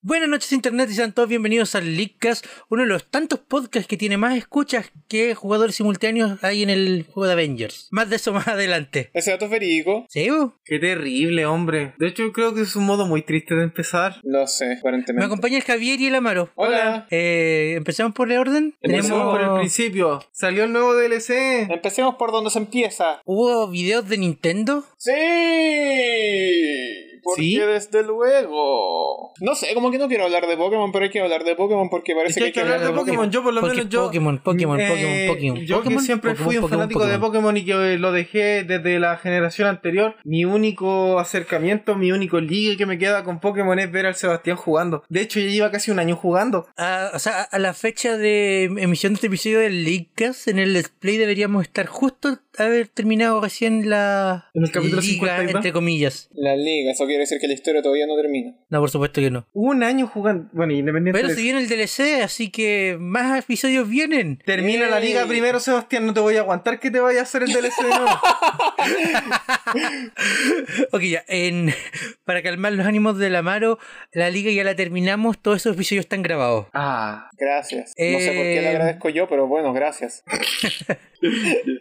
Buenas noches Internet y sean todos bienvenidos al Leakcast, uno de los tantos podcasts que tiene más escuchas que jugadores simultáneos hay en el juego de Avengers. Más de eso más adelante. Ese dato es verídico. ¿Sí? bu? Qué terrible, hombre. De hecho, creo que es un modo muy triste de empezar. Lo sé, Me aparentemente. acompaña el Javier y el Amaro. Hola. Eh, ¿Empezamos por el orden? Empecemos Empecemos por el Tenemos... principio. Salió el nuevo DLC. Empecemos por donde se empieza. ¿Hubo videos de Nintendo? Sí. Porque ¿Sí? desde luego. No sé, como que no quiero hablar de Pokémon, pero hay que hablar de Pokémon porque Es parece que hay que hablar de Pokémon. Yo, por lo Poké- menos, yo. Pokémon, Pokémon, eh, Pokémon, Pokémon. Yo Pokémon, que siempre Pokémon, fui un Pokémon, fanático de Pokémon. Pokémon y que eh, lo dejé desde la generación anterior. Mi único acercamiento, mi único ligue que me queda con Pokémon es ver al Sebastián jugando. De hecho, ya lleva casi un año jugando. Ah, o sea, a la fecha de emisión de este episodio del Leakcast, en el display deberíamos estar justo haber terminado recién la En el capítulo liga, 52. entre comillas. La liga, eso quiere decir que la historia todavía no termina. No, por supuesto que no. Un año jugando. Bueno, independiente Pero de se viene el DLC, así que más episodios vienen. Termina la liga Ey. primero, Sebastián. No te voy a aguantar que te vaya a hacer el DLC de nuevo. Ok, ya, en, para calmar los ánimos del Amaro, la liga ya la terminamos, todos esos episodios están grabados. ah. Gracias. No sé por qué le Eh, agradezco yo, pero bueno, gracias.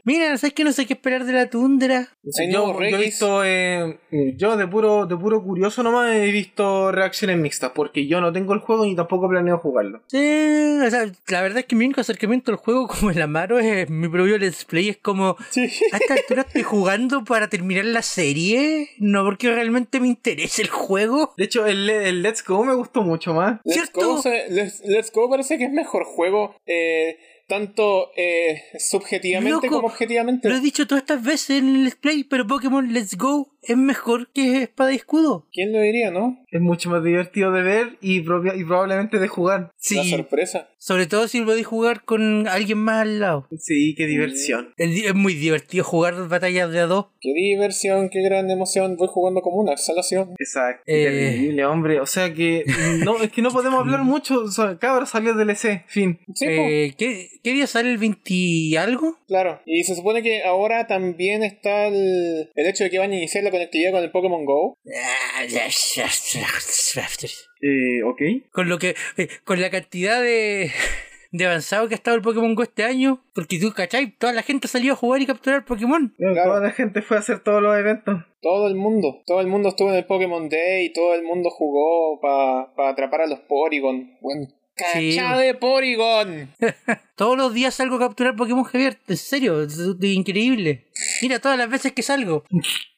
Mira, ¿sabes que no sé qué esperar de la tundra? Hay yo, nuevos yo he Regis. visto, eh, yo de puro, de puro curioso nomás he visto reacciones mixtas, porque yo no tengo el juego ni tampoco planeo jugarlo. Sí, o sea, la verdad es que mi único acercamiento al juego como el Amaro es mi propio let's play, es como, Sí. a esta altura estoy jugando para terminar la serie, no porque realmente me interese el juego. De hecho, el, el Let's Go me gustó mucho más. Let's ¿Cierto? Go, se- Let's, Let's Go parece que es mejor juego, eh, tanto eh, subjetivamente Loco, como objetivamente. Lo he dicho todas estas veces en el let's play, pero Pokémon Let's Go es mejor que Espada y Escudo. ¿Quién lo diría, no? Es mucho más divertido de ver y, propia- y probablemente de jugar. La Sí, sorpresa. sobre todo si lo podéis jugar con alguien más al lado. Sí, qué diversión. Es, di- es muy divertido jugar batallas de a dos. Qué diversión, qué gran emoción. Voy jugando como una exhalación. Exacto. Eh. Terrible, hombre. O sea que no, es que no podemos hablar mucho. O sea, cabros salió el DLC, fin. Sí, po, Eh, ¿qué, qué día sale el 20 y algo? claro. Y se supone que ahora también está el, el hecho de que van a iniciar la conectividad con el Pokémon Go. Eh, ok. Con lo que. eh, con la cantidad de. de avanzado que ha estado el Pokémon Go este año. Porque tú, ¿cachai? Toda la gente ha salido a jugar y capturar Pokémon. Claro. Toda la gente fue a hacer todos los eventos. Todo el mundo. Todo el mundo estuvo en el Pokémon Day. Todo el mundo jugó para atrapar a los Porygon. Buen Sí. cachá de Porygon. Todos los días salgo a capturar Pokémon Javier, en serio, es increíble. Mira todas las veces que salgo.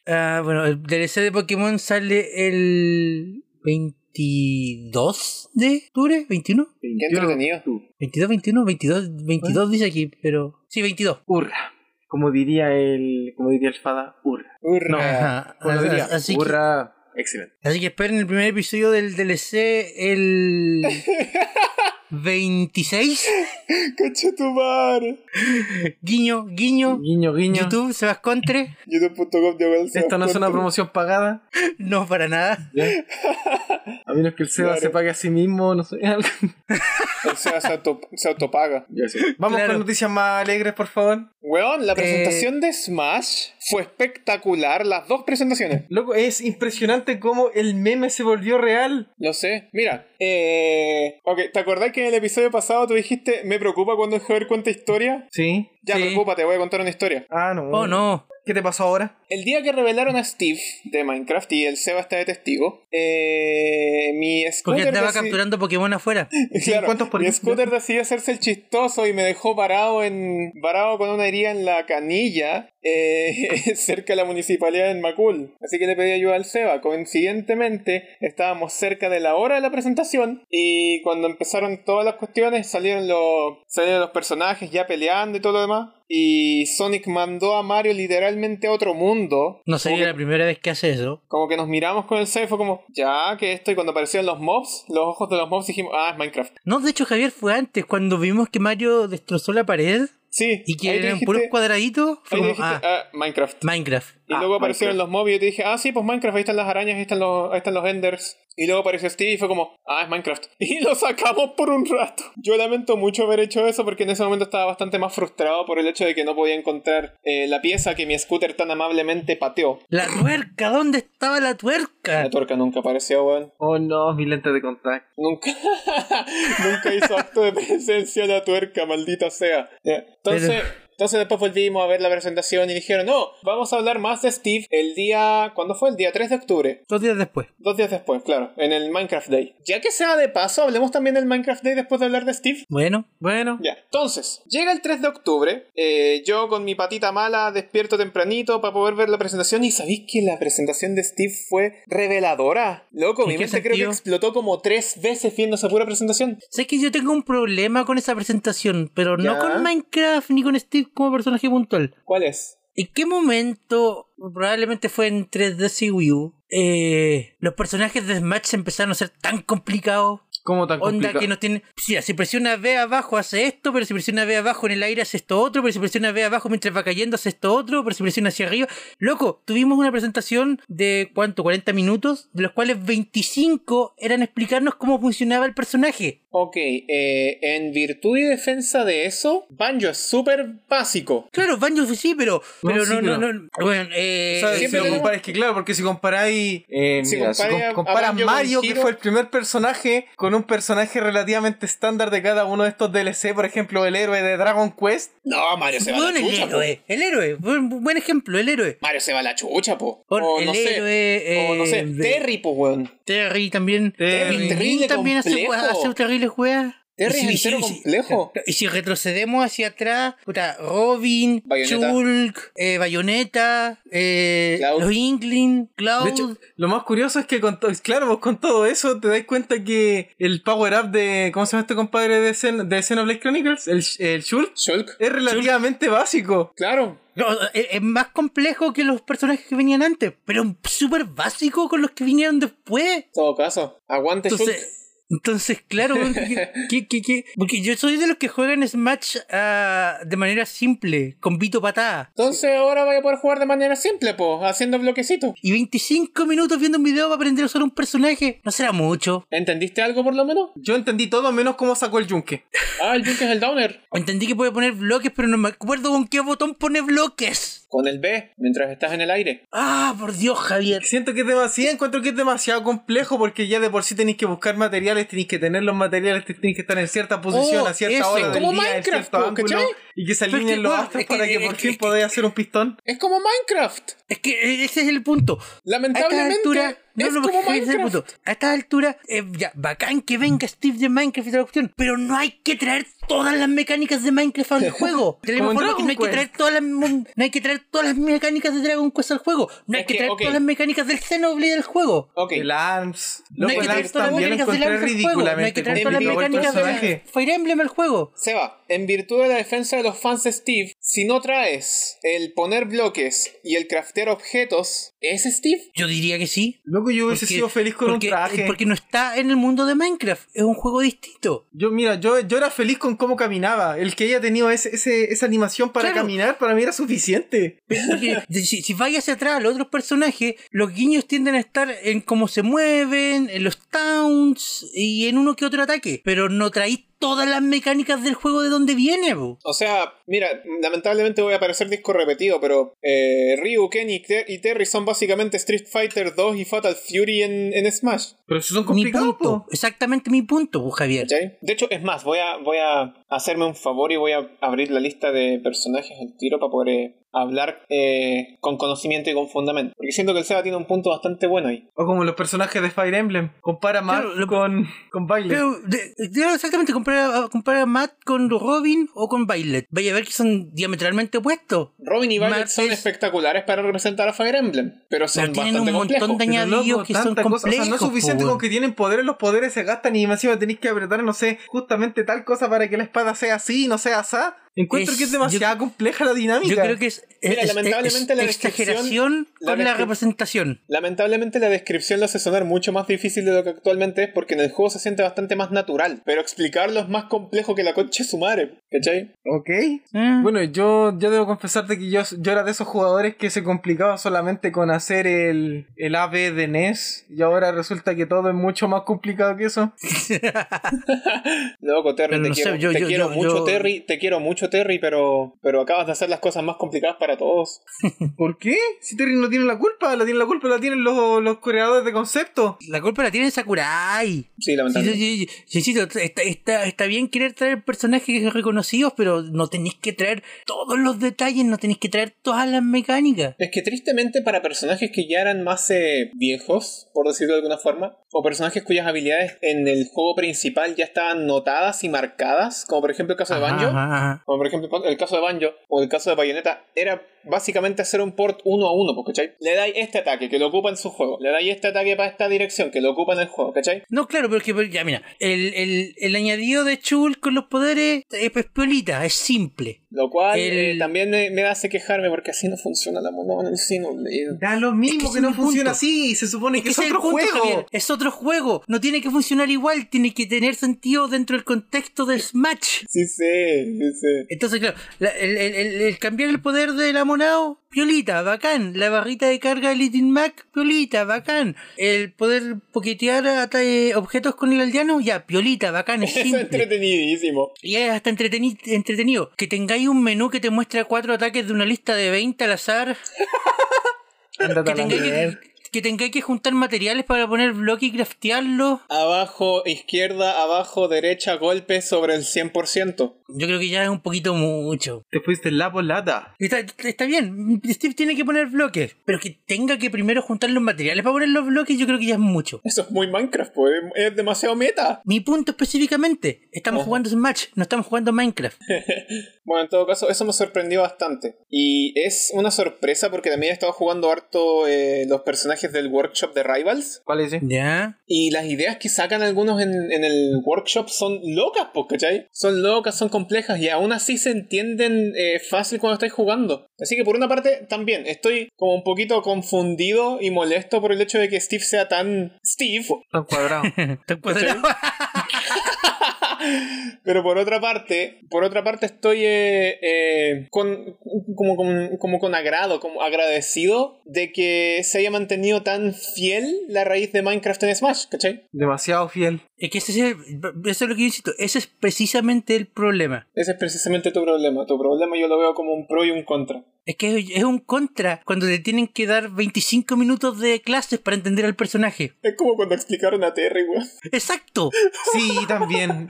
Ah, bueno, el DLC de Pokémon sale el 22 de octubre, 21. Qué entretenido. 22, 21, 22, 22 dice aquí, pero sí, 22. Urra. Como diría el. Como diría el fada, urra. Urra. Ajá. Como lo diría, Así que, urra. Excelente. así que esperen el primer episodio del DLC el 26. Cacha tu madre. Guiño, guiño. Guiño, guiño. YouTube, Sebas Contre. YouTube.com diagonal Esta no es este, una promoción pagada. No, para nada. A menos que el Seba Claro. se pague a sí mismo, no sé. O sea, se, auto- se autopaga. Vamos Claro. con noticias más alegres, por favor. Weón, la Eh. presentación de Smash fue espectacular. Las dos presentaciones. Loco, es impresionante cómo el meme se volvió real. Lo sé. Mira, eh... Ok, ¿te acordás que en el episodio pasado tú dijiste me preocupa cuando Javier cuenta historia? Sí. Ya, Sí. preocúpate, voy a contar una historia. Ah, no. Oh, no. ¿Qué te pasó ahora? El día que revelaron a Steve de Minecraft y el Seba está de testigo, eh, mi Porque scooter... estaba deci- capturando Pokémon afuera. Claro, ¿cuántos por- mi scooter decidió hacerse el chistoso y me dejó parado en parado con una herida en la canilla eh, cerca de la municipalidad en Macul. Así que le pedí ayuda al Seba. Coincidentemente, estábamos cerca de la hora de la presentación y cuando empezaron todas las cuestiones salieron los, salieron los personajes ya peleando y todo lo demás. Y Sonic mandó a Mario literalmente a otro mundo. No sería Como la primera vez que hace eso. como que nos miramos con el Seba y fue como, ya, que esto. Y cuando aparecieron los mobs, los ojos de los mobs dijimos, ah, es Minecraft. No, de hecho, Javier fue antes, cuando vimos que Mario destrozó la pared Sí. y que ahí tú eran dijiste- puros cuadraditos. Fue ahí como, dijiste, ah, ah, Minecraft. Minecraft. Y Ah, luego aparecieron Minecraft. los mobs y yo te dije, ah, sí, pues Minecraft, ahí están las arañas, ahí están los, ahí están los enders. Y luego apareció Steve y fue como, ah, es Minecraft. Y lo sacamos por un rato. Yo lamento mucho haber hecho eso porque en ese momento estaba bastante más frustrado por el hecho de que no podía encontrar eh, la pieza que mi scooter tan amablemente pateó. La tuerca, ¿dónde estaba la tuerca? La tuerca nunca apareció, weón. Oh no, mis lentes de contacto. Nunca, nunca hizo acto de presencia la tuerca, maldita sea. Ya. Entonces, entonces después volvimos a ver la presentación y dijeron, no, vamos a hablar más de Steve el día, ¿cuándo fue? El día 3 de octubre. Dos días después. Dos días después, claro, en el Minecraft Day. Ya que sea de paso, hablemos también del Minecraft Day después de hablar de Steve. Bueno, Bueno, Ya, entonces, llega el 3 de octubre, eh, yo con mi patita mala despierto tempranito para poder ver la presentación y sabéis que la presentación de Steve fue reveladora. Loco, ¿En mi qué mente creo sentido? que explotó como tres veces viendo esa pura presentación. sé que yo tengo un problema con esa presentación, pero no Ya. con Minecraft ni con Steve como personaje puntual. ¿Cuál es? ¿En qué momento, probablemente fue en 3DS y Wii U, eh, los personajes de Smash empezaron a ser tan complicados? ¿cómo tan Onda complicado? que no tiene. Mira, si presiona B abajo hace esto, pero si presiona B abajo en el aire hace esto otro, pero si presiona B abajo mientras va cayendo hace esto otro, pero si presiona hacia arriba. Loco, tuvimos una presentación de ¿cuánto? 40 minutos, de los cuales 25 eran explicarnos cómo funcionaba el personaje. Ok, eh, en virtud y defensa de eso, Banjo es súper básico. Claro, Banjo sí, pero. No, Pero sí, no, no, pero- no. Bueno, eh. O sea, si siempre lo tenemos- comparas, que claro, porque si comparáis. eh, Si mira, si comparáis com- a- a comparas Banjo con Mario, que Hiro- fue el primer personaje, con un personaje relativamente estándar de cada uno de estos DLC, por ejemplo, el héroe de Dragon Quest. No, Mario se va a pues. Bueno, la el chucha. po. héroe, el héroe, buen, buen ejemplo, el héroe. Mario se va a la chucha, po. Por O el no sé. héroe, o no sé, eh, de- Terry, po, weón. Terry también. Terry, terrible también hace, complejo. hue- hace terribles weas. Terry Y es entero y complejo. Y si retrocedemos hacia atrás, puta, Robin, Bayonetta. Shulk, eh, Bayonetta, eh, Cloud. los Inkling, Cloud. De hecho, lo más curioso es que con, to- claro, pues, con todo eso te das cuenta que el power up de ¿cómo se llama este compadre de, Xen- de Xenoblade Chronicles? El, Sh- el Shulk Shulk. es relativamente básico. Claro. No, es, es más complejo que los personajes que venían antes, pero súper básico con los que vinieron después. En todo caso. Aguante, Shulk. Entonces, entonces claro, weón, que- que- que- que- porque yo soy de los que juegan Smash ah, de manera simple, con Vito Patada. Entonces ahora voy a poder jugar de manera simple, po, haciendo bloquecitos. Y 25 minutos viendo un video para aprender a usar un personaje, no será mucho. ¿Entendiste algo por lo menos? Yo entendí todo menos cómo sacó el yunque. Ah, el Junk es el downer. Entendí que puede poner bloques, pero no me acuerdo con qué botón pone bloques. Con el B, mientras estás en el aire. Ah, por Dios, Javier. Siento que es demasiado, encuentro que es demasiado complejo porque ya de por sí tenéis que buscar materiales, tenéis que tener los materiales, tenéis que estar en cierta posición, Oh, a cierta eso. hora del Como día, en Minecraft, cierto po, ángulo, ¿cachai? y que se Pero es que, alineen los weón, astros es que- para que es por que- fin es que- podáis hacer un pistón. Es como Minecraft. Es que e, ese es el punto. A esta Lamentablemente. altura, no, es no, como porque ese es el Minecraft. punto. A esta altura, eh, ya, bacán que venga Steve de Minecraft y toda la cuestión, pero no hay que traer todas las mecánicas de Minecraft al juego. De la Como en misma forma que no hay Dragon que traer todas las, mon- no hay que traer todas las mecánicas de Dragon Quest al juego. No hay Es que que, traer ok. todas las mecánicas del Xenoblade al juego. Ok. El ARMS. No hay Loco, que el traer ARMS todas las pues, también lo mecánicas del Arms encontré al juego. No hay que ridículamente traer todas las complicado el mecánicas de personaje. Fire Emblem al juego. Se va. En virtud de la defensa de los fans de Steve, si no traes el poner bloques y el craftear objetos, ¿es Steve? Yo diría que sí. Loco, yo hubiese Porque- sido feliz con porque- eh, un traje. Porque no está en el mundo de Minecraft. Es un juego distinto. Yo, mira, yo, yo era feliz con cómo caminaba. El que haya tenido ese, ese- esa animación para Claro. caminar, para mí era suficiente. Porque si, si vais hacia atrás a los otros personajes, los guiños tienden a estar en cómo se mueven, en los towns y en uno que otro ataque. Pero no traís todas las mecánicas del juego de donde viene, bo. O sea, mira, lamentablemente voy a parecer disco repetido, pero eh, Ryu, Ken y, Ter- y Terry son básicamente Street Fighter 2 y Fatal Fury en, en Smash. Pero eso son Mi complicados, punto. Exactamente mi punto, bo, Javier. ¿Cachai? De hecho, es más, voy a, voy a hacerme un favor y voy a abrir la lista de personajes al tiro para poder eh, hablar eh, con conocimiento y con fundamento. Porque siento que el Seba tiene un punto bastante bueno ahí. O como los personajes de Fire Emblem. Compara más Claro, lo- con, con Baile. Pero, de- de- exactamente, compara, compara a Matt con Robin o con Violet. Vaya a ver que son diametralmente opuestos. Robin y Violet Martes- son espectaculares para representar a Fire Emblem, pero son Pero tienen bastante un montón complejos. de Pero, loco, añadidos que son tanta cosa. complejos. O sea, no es suficiente po, con que tienen poderes, los poderes se gastan y encima tenéis que apretar, no sé, justamente tal cosa para que la espada sea así y no sea asá. Encuentro Es- que es demasiado compleja la dinámica. Yo creo que es, es- Mira, es- lamentablemente es la descripción- exageración la con la descrip- representación. Lamentablemente la descripción lo hace sonar mucho más difícil de lo que actualmente es porque en el juego se siente bastante más natural, pero explicarlo es más complejo que la concha de su madre, ¿cachai? Ok. Mm. Bueno, yo, yo debo confesarte que yo, yo era de esos jugadores que se complicaba solamente con hacer el, el AB de NES y ahora resulta que todo es mucho más complicado que eso. Loco, Terry, Pero te no sé, quiero, yo- te yo- quiero yo- mucho, yo- Terry, te quiero mucho, Terry, pero, pero acabas de hacer las cosas más complicadas para todos. ¿Por qué? Si Terry no tiene la culpa, la tiene la culpa, la tienen los, los creadores de conceptos. La culpa la tiene Sakurai. Sí, Sí, lamentablemente. sí, sí, sí, sí, está, está, está bien querer traer personajes reconocidos, pero no tenéis que traer todos los detalles, no tenéis que traer todas las mecánicas. Es que tristemente para personajes que ya eran más eh, viejos, por decirlo de alguna forma, o personajes cuyas habilidades en el juego principal ya estaban notadas y marcadas, como por ejemplo el caso de Banjo, Ajá, ajá. como por ejemplo el caso de Banjo o el caso de Bayonetta, era básicamente hacer un port uno a uno, pues, ¿cachai? Le dais este ataque que lo ocupa en su juego, le dais este ataque para esta dirección que lo ocupa en el juego, ¿cachai? No, claro, porque pero ya mira, el, el, el añadido de Chul con los poderes es, es piolita, es simple. Lo cual El- eh, también me, me hace quejarme porque así no funciona la monada en el Xenoblade. Da lo mismo ese que, es no mi punto. funciona así, se supone que es, ese el otro punto, juego. Javier, es otro juego, no tiene que funcionar igual, tiene que tener sentido dentro del contexto de Smash. Sí, sé, sí, sé. Entonces, claro, la- el, el- el- el cambiar el poder de la Monao, piolita, bacán. La barrita de carga de Little Mac, piolita, bacán. El poder poquetear ata- eh, objetos con el aldeano, ya, piolita, bacán, es Es simple. entretenidísimo. Y es hasta entreteni- entretenido. Que tengáis un menú que te muestra cuatro ataques de una lista de 20 al azar. Ándate Que a la tengáis que, mierda. que tengáis que juntar materiales para poner bloque y craftearlo. Abajo, izquierda, abajo, derecha, golpe sobre el 100%. Yo creo que ya es un poquito mucho. Te fuiste la polata. Está, está bien, Steve tiene que poner bloques, pero que tenga que primero juntar los materiales para poner los bloques, yo creo que ya es mucho. Eso es muy Minecraft, pues. Es demasiado meta. Mi punto específicamente, estamos Ajá. jugando Smash, no estamos jugando Minecraft. Bueno, en todo caso, eso me sorprendió bastante. Y es una sorpresa porque también he estado jugando harto eh, los personajes del workshop de Rivals. ¿Cuál es? ese? ¿Ya? Y las ideas que sacan algunos en, en el workshop son locas, pues, ¿cachai? Son locas, son complejas y aún así se entienden eh, fácil cuando estáis jugando. Así que por una parte, también estoy como un poquito confundido y molesto por el hecho de que Steve sea tan Steve. Tan cuadrado. Está cuadrado. Pero por otra parte, por otra parte estoy eh, eh, con, como, como, como con agrado, como agradecido de que se haya mantenido tan fiel la raíz de Minecraft en Smash, ¿cachai? Demasiado fiel. Es que ese es el- eso es lo que yo insisto, ese es precisamente el problema. Ese es precisamente tu problema. Tu problema yo lo veo como un pro y un contra. Es que es es un contra cuando te tienen que dar 25 minutos de clases para entender al personaje. Es como cuando explicaron a Terry, weón. ¡Exacto! Sí, también.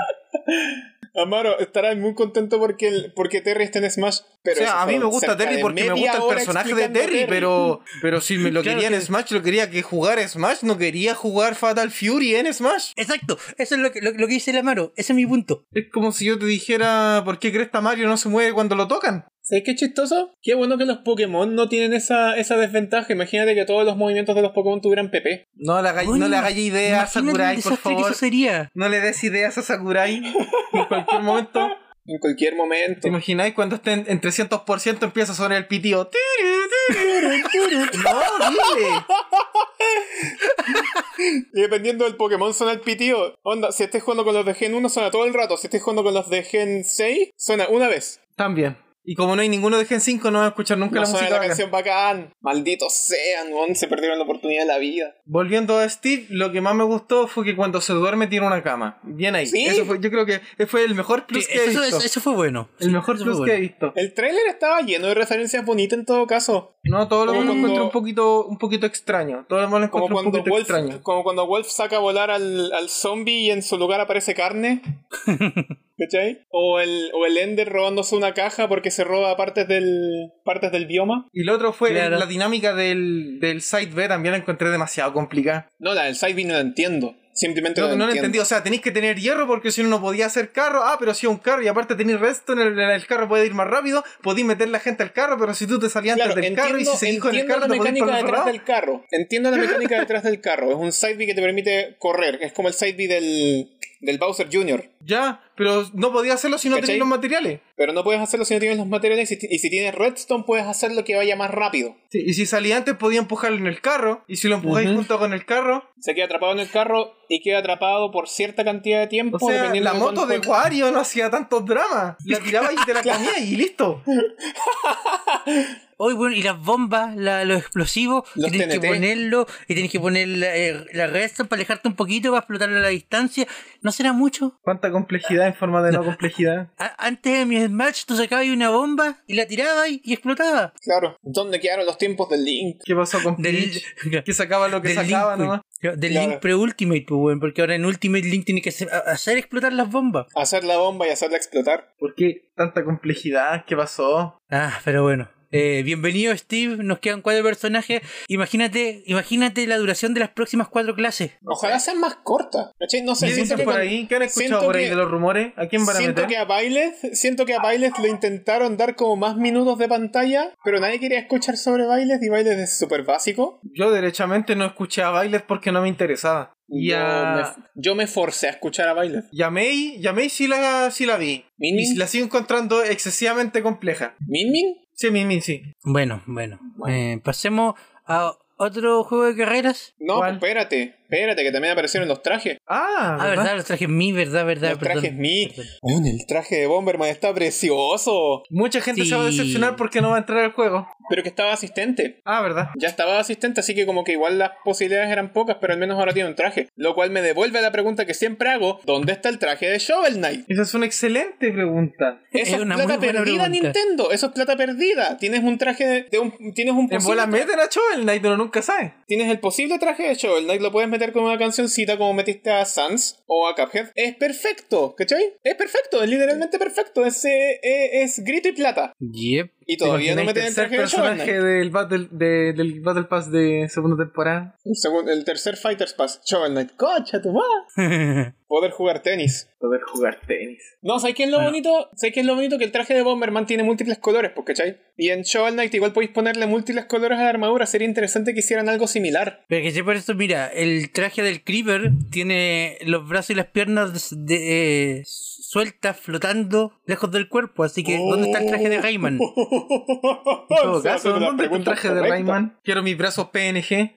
Amaro, estarás muy contento porque, el, porque Terry está en Smash. O Pero eso sea, a mí fue me gusta cerca Terry de porque me media gusta el hora personaje de explicando a Terry, pero pero si me lo Claro quería que- en Smash, lo quería que jugar Smash, no quería jugar Fatal Fury en Smash. Exacto, eso es lo que, lo, lo que dice el Amaro, ese es mi punto. Es como si yo te dijera, ¿por qué Cresta Mario no se mueve cuando lo tocan? ¿Sabes qué chistoso? Qué bueno que los Pokémon no tienen esa, esa desventaja. Imagínate que todos los movimientos de los Pokémon tuvieran PP. No le haga, no le haga idea a Imagínate el Sakurai, por desastre que favor. Eso sería. No le des ideas a Sakurai en cualquier momento. En cualquier momento. ¿Te imagináis cuando estén en 300% empieza a sonar el pitido? Turu, turu, turu. No, dile. Y dependiendo del Pokémon suena el pitido. Onda, si estés jugando con los de Gen 1 suena todo el rato. Si estés jugando con los de Gen 6 suena una vez. También. Y como no hay ninguno de Gen 5, no van a escuchar nunca No la suena música. la bacán. canción bacán. Malditos sean, weón. Se perdieron la oportunidad de la vida. Volviendo a Steve, lo que más me gustó fue que cuando se duerme tiene una cama. Bien ahí. ¿Sí? Eso fue, yo creo que fue el mejor plus Sí, que he Eh, eso, visto. eso- eso fue bueno. el mejor Eso plus fue que he bueno. visto. El tráiler estaba lleno de referencias bonitas en todo caso. No, todo lo Como demás lo cuando- encuentro un poquito, un poquito extraño. Todo lo demás lo Como encuentro un cuando, poquito Wolf, extraño. como cuando Wolf saca a volar al, al zombie y en su lugar aparece carne. ¿Cachai? O el, o el Ender robándose una caja porque se roba partes del, partes del bioma. Y lo otro fue Claro. la dinámica del, del side B también la encontré demasiado complicada. No, la del Sidebee no la entiendo. Simplemente No, no la entiendo. entendí. O sea, tenéis que tener hierro porque si no, no podía hacer carro. Ah, pero si es un carro y aparte tenéis resto en el, en el carro, puede ir más rápido. Podéis meter la gente al carro, pero si tú te salías Claro, antes del entiendo, carro y si seguís con el entiendo carro, la no podéis ir mecánica para el otro detrás lado. del carro. Entiendo la mecánica detrás del carro. Es un side B que te permite correr. Es como el side B del, del Bowser Jr. Ya, pero no podía hacerlo si no ¿Cachai? tenía los materiales. Pero no puedes hacerlo si no tienes los materiales. Y si- y si tienes redstone, puedes hacerlo que vaya más rápido. Sí, y si salía antes podía empujarlo en el carro. Y si lo empujáis Ujú. junto con el carro. Se queda atrapado en el carro y queda atrapado por cierta cantidad de tiempo. O sea, dependiendo la moto de cuánto- Wario no hacía tantos dramas. La tiraba y te la comía y listo. Hoy, bueno, y las bombas, la- los explosivos, Los tienes que TNT. ponerlo y tienes que poner la, eh, la redstone para alejarte un poquito, para explotarlo a la distancia. ¿No será mucho? Cuánta complejidad en forma de no complejidad. A- antes de mi Smash, tú sacabas ahí una bomba y la tirabas y, y explotaba. Claro. ¿Dónde quedaron los tiempos del Link? ¿Qué pasó con Del- Peach? Que sacaba lo que del sacaba Link, nomás. pues. Del Claro. Link pre-Ultimate, pues, weón, porque ahora en Ultimate Link tiene que hacer, a- hacer explotar las bombas. Hacer la bomba y hacerla explotar. ¿Por qué tanta complejidad? ¿Qué pasó? Ah, pero bueno. Eh, bienvenido, Steve. Nos quedan cuatro personajes. Imagínate, imagínate la duración de las próximas cuatro clases. Ojalá sean más cortas. ¿Cachai? No sé. ¿Qué siento dicen que por con- ahí? ¿Qué han escuchado siento por ahí que- de los rumores? ¿A quién van a Siento meter? que a Bailes, siento que a Bailes le intentaron dar como más minutos de pantalla, pero nadie quería escuchar sobre Bailes y Bailes es súper básico. Yo derechamente no escuché a Bailes porque no me interesaba. Y a, Yo, me, yo me forcé a escuchar a Bailes. y a May, y a May sí la, sí la vi. ¿Min Min? Y la sigo encontrando excesivamente compleja. ¿Min Min? Sí, Min Min, sí. Bueno, bueno. Eh, pasemos a otro juego de carreras. No, ¿Cuál? espérate, espérate, que también aparecieron los trajes. Ah, Ah, ¿verdad? verdad, los trajes mi, verdad, verdad. Los perdón, trajes Mi. perdón. Weón, el traje de Bomberman está precioso. Mucha gente se va a Sí. decepcionar porque no va a entrar al juego. Pero que estaba asistente. Ah, ¿verdad? Ya estaba asistente, así que como que igual las posibilidades eran pocas, pero al menos ahora tiene un traje. Lo cual me devuelve a la pregunta que siempre hago, ¿dónde está el traje de Shovel Knight? Esa es una excelente pregunta. Es Eso es, una muy plata buena perdida, pregunta. Nintendo. Eso es plata perdida. Tienes un traje de, de un. Tienes un En posible- bola meten a Shovel Knight, uno nunca sabe. Tienes el posible traje de Shovel Knight. Lo puedes meter con una cancioncita como metiste a Sans o a Cuphead. Es perfecto, ¿cachai? Es perfecto, es literalmente perfecto. Es, eh, eh, es grito y plata. Yep. Y todavía no ¿Te imagináis meten el tercer traje de Shovel personaje Knight. del Battle, de- del Battle Pass de segunda temporada? El, segun- el tercer Fighter's Pass, Shovel Knight. ¡Cocha tu madre! Poder jugar tenis. Poder jugar tenis. No, ¿sabes qué Ah. es lo bonito? ¿Sabes qué es lo bonito? Que el traje de Bomberman tiene múltiples colores, pues, ¿cachai? Y en Shovel Knight igual podéis ponerle múltiples colores a la armadura. Sería interesante que hicieran algo similar. Pero que sepa esto, mira, el traje del Creeper tiene los brazos y las piernas de, eh, sueltas, flotando lejos del cuerpo. Así que, ¿dónde está el traje de Rayman? Oh. En todo O sea, caso, haciendo la ¿dónde está el pregunta traje de correcta. Rayman? Quiero mis brazos PNG.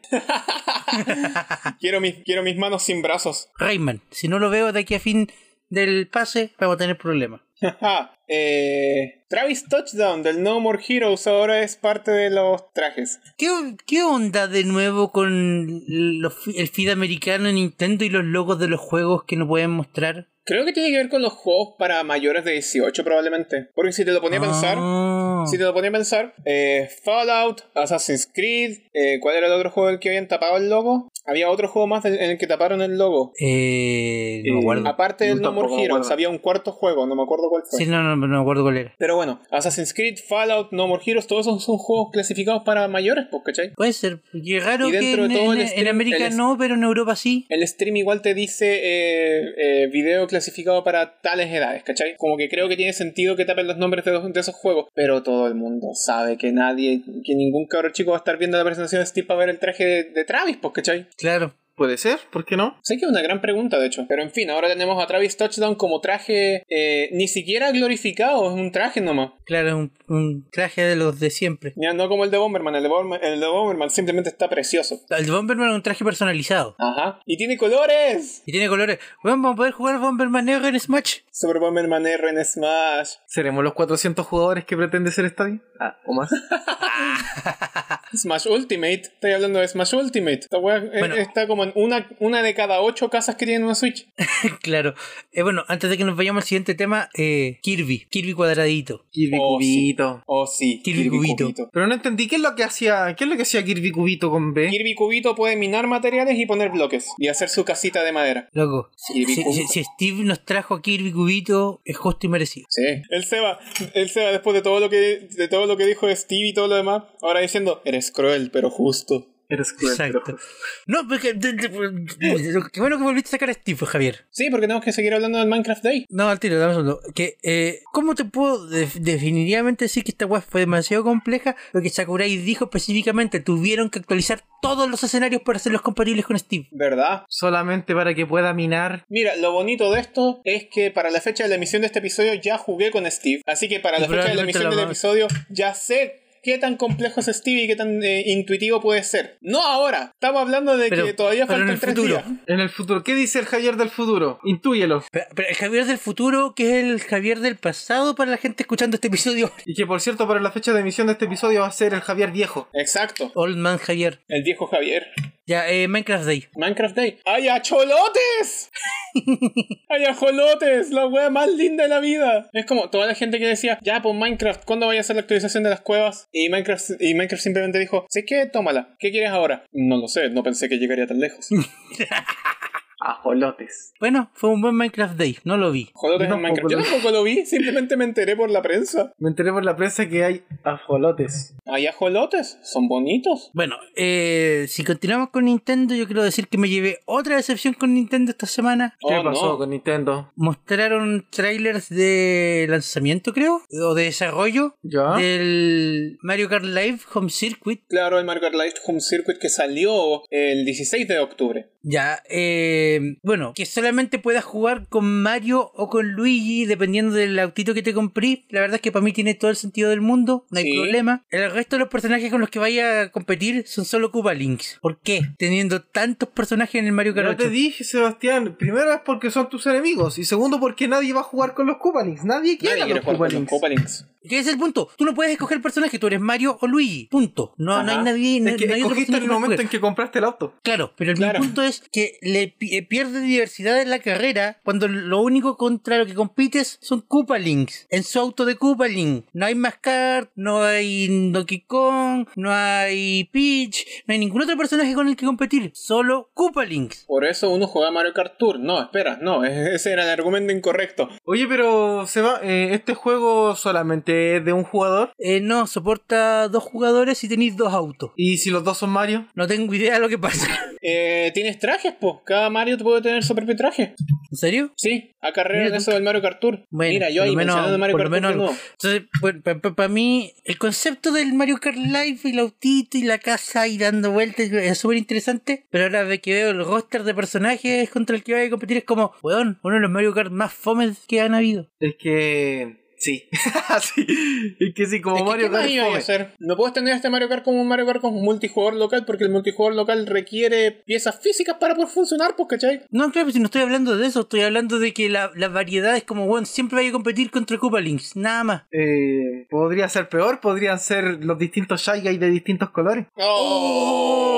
Quiero mis, quiero mis manos sin brazos. Rayman, si no lo veo de aquí a fin del pase, vamos a tener problemas. Ajá. Ah, Eh, Travis Touchdown del No More Heroes ahora es parte de los trajes. ¿Qué, on- qué onda de nuevo con los fi- el feed americano en Nintendo y los logos de los juegos que no pueden mostrar? Creo que tiene que ver con los juegos para mayores de 18 probablemente. Porque si te lo ponía a pensar... Ah. Si te lo ponía a pensar, eh, Fallout, Assassin's Creed, eh, ¿cuál era el otro juego en el que habían tapado el logo? Había otro juego más del- en el que taparon el logo. Eh, no me Eh, acuerdo. Aparte del Yo No More tampoco me Heroes, acuerdo. había un cuarto juego, no me acuerdo cuál fue. Sí, no, no, no me acuerdo cuál era. Pero bueno, Assassin's Creed, Fallout, No More Heroes, todos esos son juegos clasificados para mayores, pues, ¿cachai? Puede ser. porque es raro Y que dentro en, de todo el en- en stream- América el- no, pero en Europa sí. El stream igual te dice eh, eh, video clasificado para tales edades, ¿cachai? Como que creo que tiene sentido que tapen los nombres de, los- de esos juegos, pero todo el mundo sabe que nadie, que ningún cabro chico va a estar viendo la presentación de Steve para ver el traje de, de Travis, pues, ¿cachai? Claro. Puede ser, ¿por qué no? Sé que es una gran pregunta, de hecho. Pero en fin, ahora tenemos a Travis Touchdown como traje eh, ni siquiera glorificado, es un traje nomás. Claro, es un, un traje de los de siempre. Ya no como el de Bomberman, el de Bomberman, el de Bomberman simplemente está precioso. El de Bomberman es un traje personalizado. Ajá. Y tiene colores. Y tiene colores. Bueno, vamos a poder jugar Bomberman negro en Smash. Sobre Bomberman R en Smash. ¿Seremos los 400 jugadores que pretende ser Stadia? Ah, o más. Smash Ultimate. Estoy hablando de Smash Ultimate. Esta wea, eh, Bueno. está como en una, una de cada ocho casas que tienen una Switch. Claro. Eh, bueno, antes de que nos vayamos al siguiente tema, eh, Kirby, Kirby cuadradito. Kirby Oh, sí. Cubito. Oh, sí. Kirby Cubito. Pero no entendí qué es lo que hacía, qué es lo que hacía Kirby Cubito con B. Kirby Cubito puede minar materiales y poner bloques. Y hacer su casita de madera. Loco, si, Kirby si- Cubito. si- si Steve nos trajo a Kirby Cubito, es justo y merecido. Sí. El Seba, el Seba, después de todo lo que de todo lo que dijo Steve y todo lo demás, ahora diciendo, eres cruel, pero justo. Eres cruel. pero- Exacto. No, porque. de- de- de- Qué bueno que volviste a sacar a Steve, Javier. Sí, porque tenemos que seguir hablando del Minecraft Day. No, al tiro, dame un segundo. Que, eh, ¿Cómo te puedo de- definitivamente decir que esta web fue demasiado compleja? Lo que Sakurai dijo específicamente, tuvieron que actualizar todos los escenarios para hacerlos compatibles con Steve. ¿Verdad? Solamente para que pueda minar. Mira, lo bonito de esto es que para la fecha de la emisión de este episodio ya jugué con Steve. Así que para Y la fecha de la probablemente emisión la del más- episodio ya sé qué tan complejo es Steve y qué tan eh, intuitivo puede ser. No ahora. Estamos hablando de Pero- que todavía pero en faltan el tres futuro. días. En el futuro. ¿Qué dice el Javier del futuro? Intúyelo. Pero, pero el Javier del futuro, que es el Javier del pasado para la gente escuchando este episodio. Y que por cierto, para la fecha de emisión de este episodio va a ser el Javier viejo. Exacto. Old Man Javier. El viejo Javier. Ya, eh, Minecraft Day. Minecraft Day. ¡Ay, acholotes! ¡Ay, ajolotes! La wea más linda de la vida. Es como toda la gente que decía, ya, pues Minecraft, ¿cuándo vaya a hacer la actualización de las cuevas? Y Minecraft, y Minecraft simplemente dijo, sí que tómala. ¿Qué quieres ahora? No lo sé, no pensé que llegaría tan lejos. Ajolotes. Bueno, fue un buen Minecraft Day, no lo vi. Ajolotes No, en Minecraft. poco Yo lo- tampoco lo vi, simplemente me enteré por la prensa. Me enteré por la prensa que hay ajolotes. ¡Ay, ajolotes! Son bonitos. Bueno, eh, si continuamos con Nintendo, yo quiero decir que me llevé otra decepción con Nintendo esta semana. ¿Qué Oh, pasó no. con Nintendo? Mostraron trailers de lanzamiento, creo, o de desarrollo ¿Ya? del Mario Kart Live Home Circuit. Claro, el Mario Kart Live Home Circuit que salió el 16 de octubre. Ya, eh, bueno, que solamente puedas jugar con Mario o con Luigi, dependiendo del autito que te compré. La verdad es que para mí tiene todo el sentido del mundo, no hay Sí. problema. El resto de los personajes con los que vaya a competir son solo Cuba Links. ¿Por qué? Teniendo tantos personajes en el Mario Kart Yo te 8. dije, Sebastián, primero es porque son tus enemigos y segundo porque nadie va a jugar con los Koopalings. Nadie quiere Nadie a quiere los jugar con los Koopalings. Copalinks. Que ese es el punto. Tú no puedes escoger el personaje, tú eres Mario o Luigi. Punto. No, no hay Ajá. nadie. No, Es que no hay otro escogiste personaje en el que puedas momento escoger. en que compraste el auto. Claro, pero el Claro. punto es que le pi- eh, pierde diversidad en la carrera cuando lo único contra lo que compites son Koopalings. En su auto de Koopaling no hay Mascard, no hay Donkey Kong, no hay Peach, no hay ningún otro personaje con el que competir, solo Koopalings. Por eso uno juega Mario Kart Tour. No, espera, no, e- ese era el argumento incorrecto. Oye, pero Seba, eh, ¿este juego solamente es de un jugador? Eh, no, soporta dos jugadores y tenéis dos autos. ¿Y si los dos son Mario? No tengo idea de lo que pasa. Eh, Tienes trajes, po. Cada Mario puede tener su propio traje. ¿En serio? Sí, a carrera Mira de tú. eso del Mario Kart Tour. Bueno, Mira, yo por ahí lo menos- mencionando Mario por Kart pues, lo Tour de menos- nuevo. Entonces, pues, para mí, el concepto del Mario Kart Live y el autito y la casa y dando vueltas es súper interesante. Pero ahora ve que veo el roster de personajes contra el que voy a competir, es como, weón, uno de los Mario Kart más fomes que han habido. Es que... Sí. sí. Es que sí, como Es que, Mario ¿qué más Kart iba a fome. hacer? No puedes tener este Mario Kart como un Mario Kart con un multijugador local porque el multijugador local requiere piezas físicas para poder funcionar, pues, ¿cachai? No, claro, si no estoy hablando de eso, estoy hablando de que la, la variedad es como, weón, siempre voy a competir contra Links, nada más. Eh, podría ser peor, podrían ser los distintos Shy Guys de distintos colores. ¡Oh!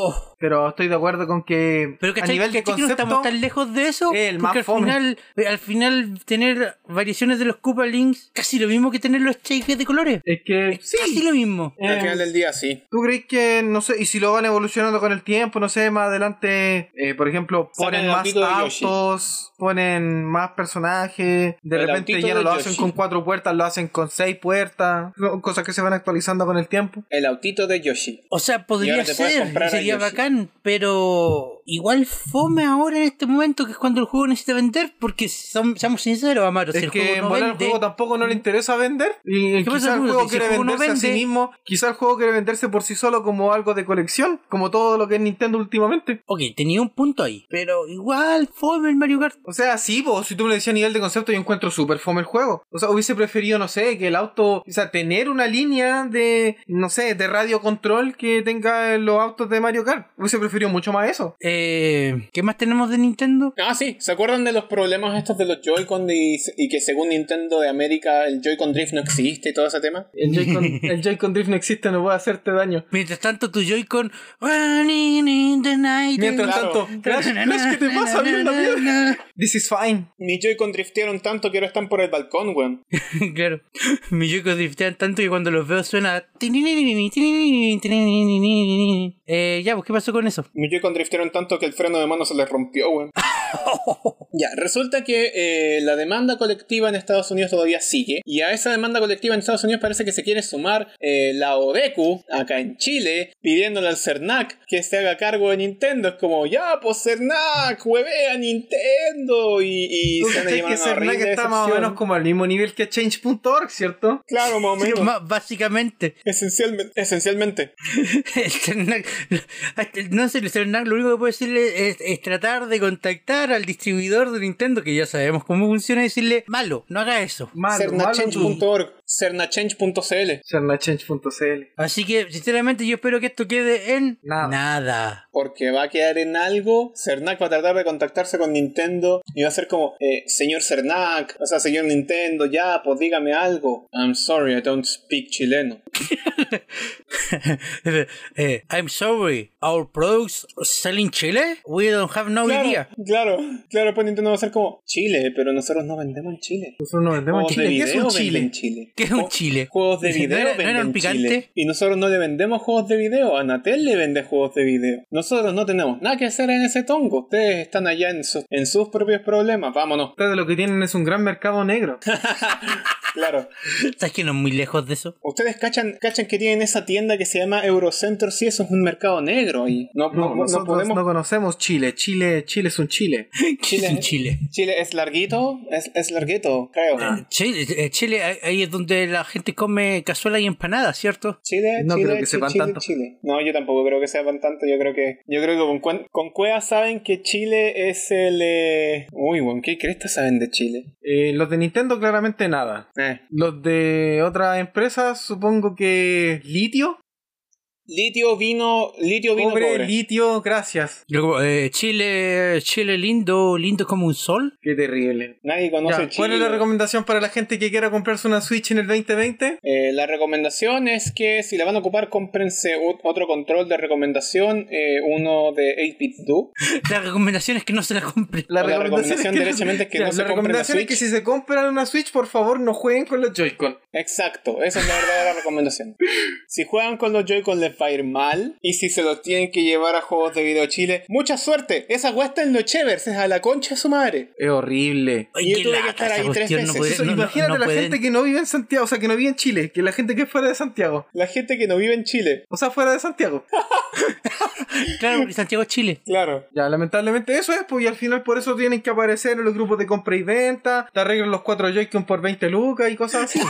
Oh. Pero estoy de acuerdo con que Pero que a nivel de no concepto... estamos tan lejos de eso. es el porque más al fome. final, eh, al final tener variaciones de los Koopa Links, casi lo mismo que tener los shakes de colores. Es que... Sí. Casi lo mismo. Eh, Al final del día, sí. ¿Tú crees que, no sé, y si lo van evolucionando con el tiempo, no sé, más adelante, eh, por ejemplo, Sacan ponen el más autito de Yoshi. autos, ponen más personajes, de El repente autito ya no de lo hacen Yoshi. con cuatro puertas, lo hacen con seis puertas, son cosas que se van actualizando con el tiempo. El autito de Yoshi. O sea, Y podría ahora te puedes ser, comprar a sería Yoshi. bacán, pero igual fome ahora en este momento, que es cuando el juego necesita vender, porque son- seamos sinceros, Amaro, si es el que juego en no volar vende... ¿Mm? el juego tampoco no le interesa vender, y pasa, quizás el Bruno? juego Si el quiere juego no venderse a sí vende- mismo, quizás el juego quiere venderse por sí solo como algo de colección, como todo lo que es Nintendo últimamente. Ok, tenía un punto ahí, pero igual fome el Mario Kart. O sea, sí, po, si tú me lo decías a nivel de concepto, yo encuentro súper fome el juego. O sea, hubiese preferido, no sé, que el auto, o sea, tener una línea de, no sé, de radio control que tenga los autos de Mario Kart. Hubiese preferido mucho más eso. Eh, ¿Qué más tenemos de Nintendo? Ah, sí, ¿se acuerdan de los problemas estos de los Joy-Con y, y que según Nintendo de América el Joy-Con Drift no existe y todo ese tema? El Joy-Con, el Joy-Con Drift no existe, no puede hacerte daño. Mientras tanto, tu Joy-Con... Running in the night... Mientras Claro. tanto, Crash, Crash, ¿qué te pasa? Mira la mierda. This is fine. Mis Joy-Con driftearon tanto que ahora están por el balcón, weón. Claro. Mis Joy-Con driftean tanto que cuando los veo suena. Eh, ya, pues, ¿qué pasó con eso? Mis Joy-Con driftearon tanto que el freno de mano se les rompió, weón. Ya, resulta que eh, la demanda colectiva en Estados Unidos todavía sigue y a esa demanda colectiva en Estados Unidos parece que se quiere sumar eh, la ODECU acá en Chile pidiéndole al CERNAC que se haga cargo de Nintendo. Es como, ya, pues CERNAC, hueve a Nintendo y, y Tú se han cachai llevado que una Cernac horrible está más o decepción. menos como al mismo nivel que Change.org, ¿cierto? Claro, más o menos. Más básicamente, Esencialmente, esencialmente. el Cernac- no sé, el Cernac lo único que puede decirle es, es tratar de contactar al distribuidor de Nintendo, que ya sabemos cómo funciona, y decirle, malo, no haga eso. Malo, malo tú. Cernachange.org, cernachange.cl. Cernachange.cl. Así que, sinceramente, yo espero que esto quede en Nada. nada. Porque va a quedar en algo. Cernac va a tratar de contactarse con Nintendo y va a ser como, eh, señor Cernac, o sea, señor Nintendo, ya, pues dígame algo. I'm sorry, I don't speak chileno. Eh, I'm sorry, our products sell in Chile? We don't have no claro, idea. claro, claro, pues Nintendo va a ser como, Chile, pero nosotros no vendemos en Chile. Nosotros no vendemos Juegos Chile. de ¿Qué es video un venden en Chile? Chile. ¿Qué es un Ju- Chile? Juegos de ¿No video era- no venden era un en Chile. picante? Y nosotros no le vendemos juegos de video. Anatel le vende juegos de video. Nosotros no tenemos nada que hacer en ese tongo. Ustedes están allá en, sus- en sus propios problemas. Vámonos. Ustedes lo que tienen es un gran mercado negro. Claro. ¿Sabes que no es muy lejos de eso? Ustedes cachan, cachan que tienen esa tienda que se llama Eurocenter. Sí, eso es un mercado negro. Y no, no- No, no nosotros podemos. no conocemos Chile. Chile, Chile es un Chile. ¿Qué es un Chile? Chile es larguito. Es, es larguito, creo. Ah. Chile, eh, Chile, ahí- ahí es donde la gente come cazuela y empanadas, ¿cierto? Chile, No Chile, creo que Chile, sepan Chile, tanto. Chile. No, yo tampoco creo que sepan tanto. Yo creo que yo creo que con, cuen- con Cueva saben que Chile es el eh, Uy, bueno, ¿qué crees saben de Chile? Eh, los de Nintendo, claramente nada. Eh, Los de otras empresas, supongo que litio. Litio vino, litio vino Pobre, pobre. litio, gracias. Luego, eh, Chile, Chile lindo, lindo como un sol. Qué terrible. Nadie conoce Ya, Chile. ¿Cuál es la recomendación para la gente que quiera comprarse una Switch en el 2020? Eh, la recomendación es que si la van a ocupar, cómprense o- otro control de recomendación, eh, uno de 8-bit do. La recomendación es que no se la compre. O la recomendación derechamente es que no se la compren recomendación la es que Switch. si se compran una Switch, por favor, no jueguen con los Joy-Con. Exacto, esa es la verdadera recomendación. Si juegan con los Joy-Con les va a ir mal. Y si se los tienen que llevar a juegos de video Chile, mucha suerte. Esa weá está en los Chevers, es a la concha de su madre. Es horrible. Ay, Yo qué tuve que lata estar esa ahí tres cuestión, veces. podré- Eso, imagínate la pueden. gente que no vive en Santiago, o sea, que no vive en Chile, que la gente que es fuera de Santiago, La gente que no vive en Chile. o sea, fuera de Santiago. Claro, porque Santiago es Chile. Claro. Ya, lamentablemente eso es, pues, y al final por eso tienen que aparecer en los grupos de compra y venta, te arreglan los cuatro Joy-Con por 20 lucas y cosas así.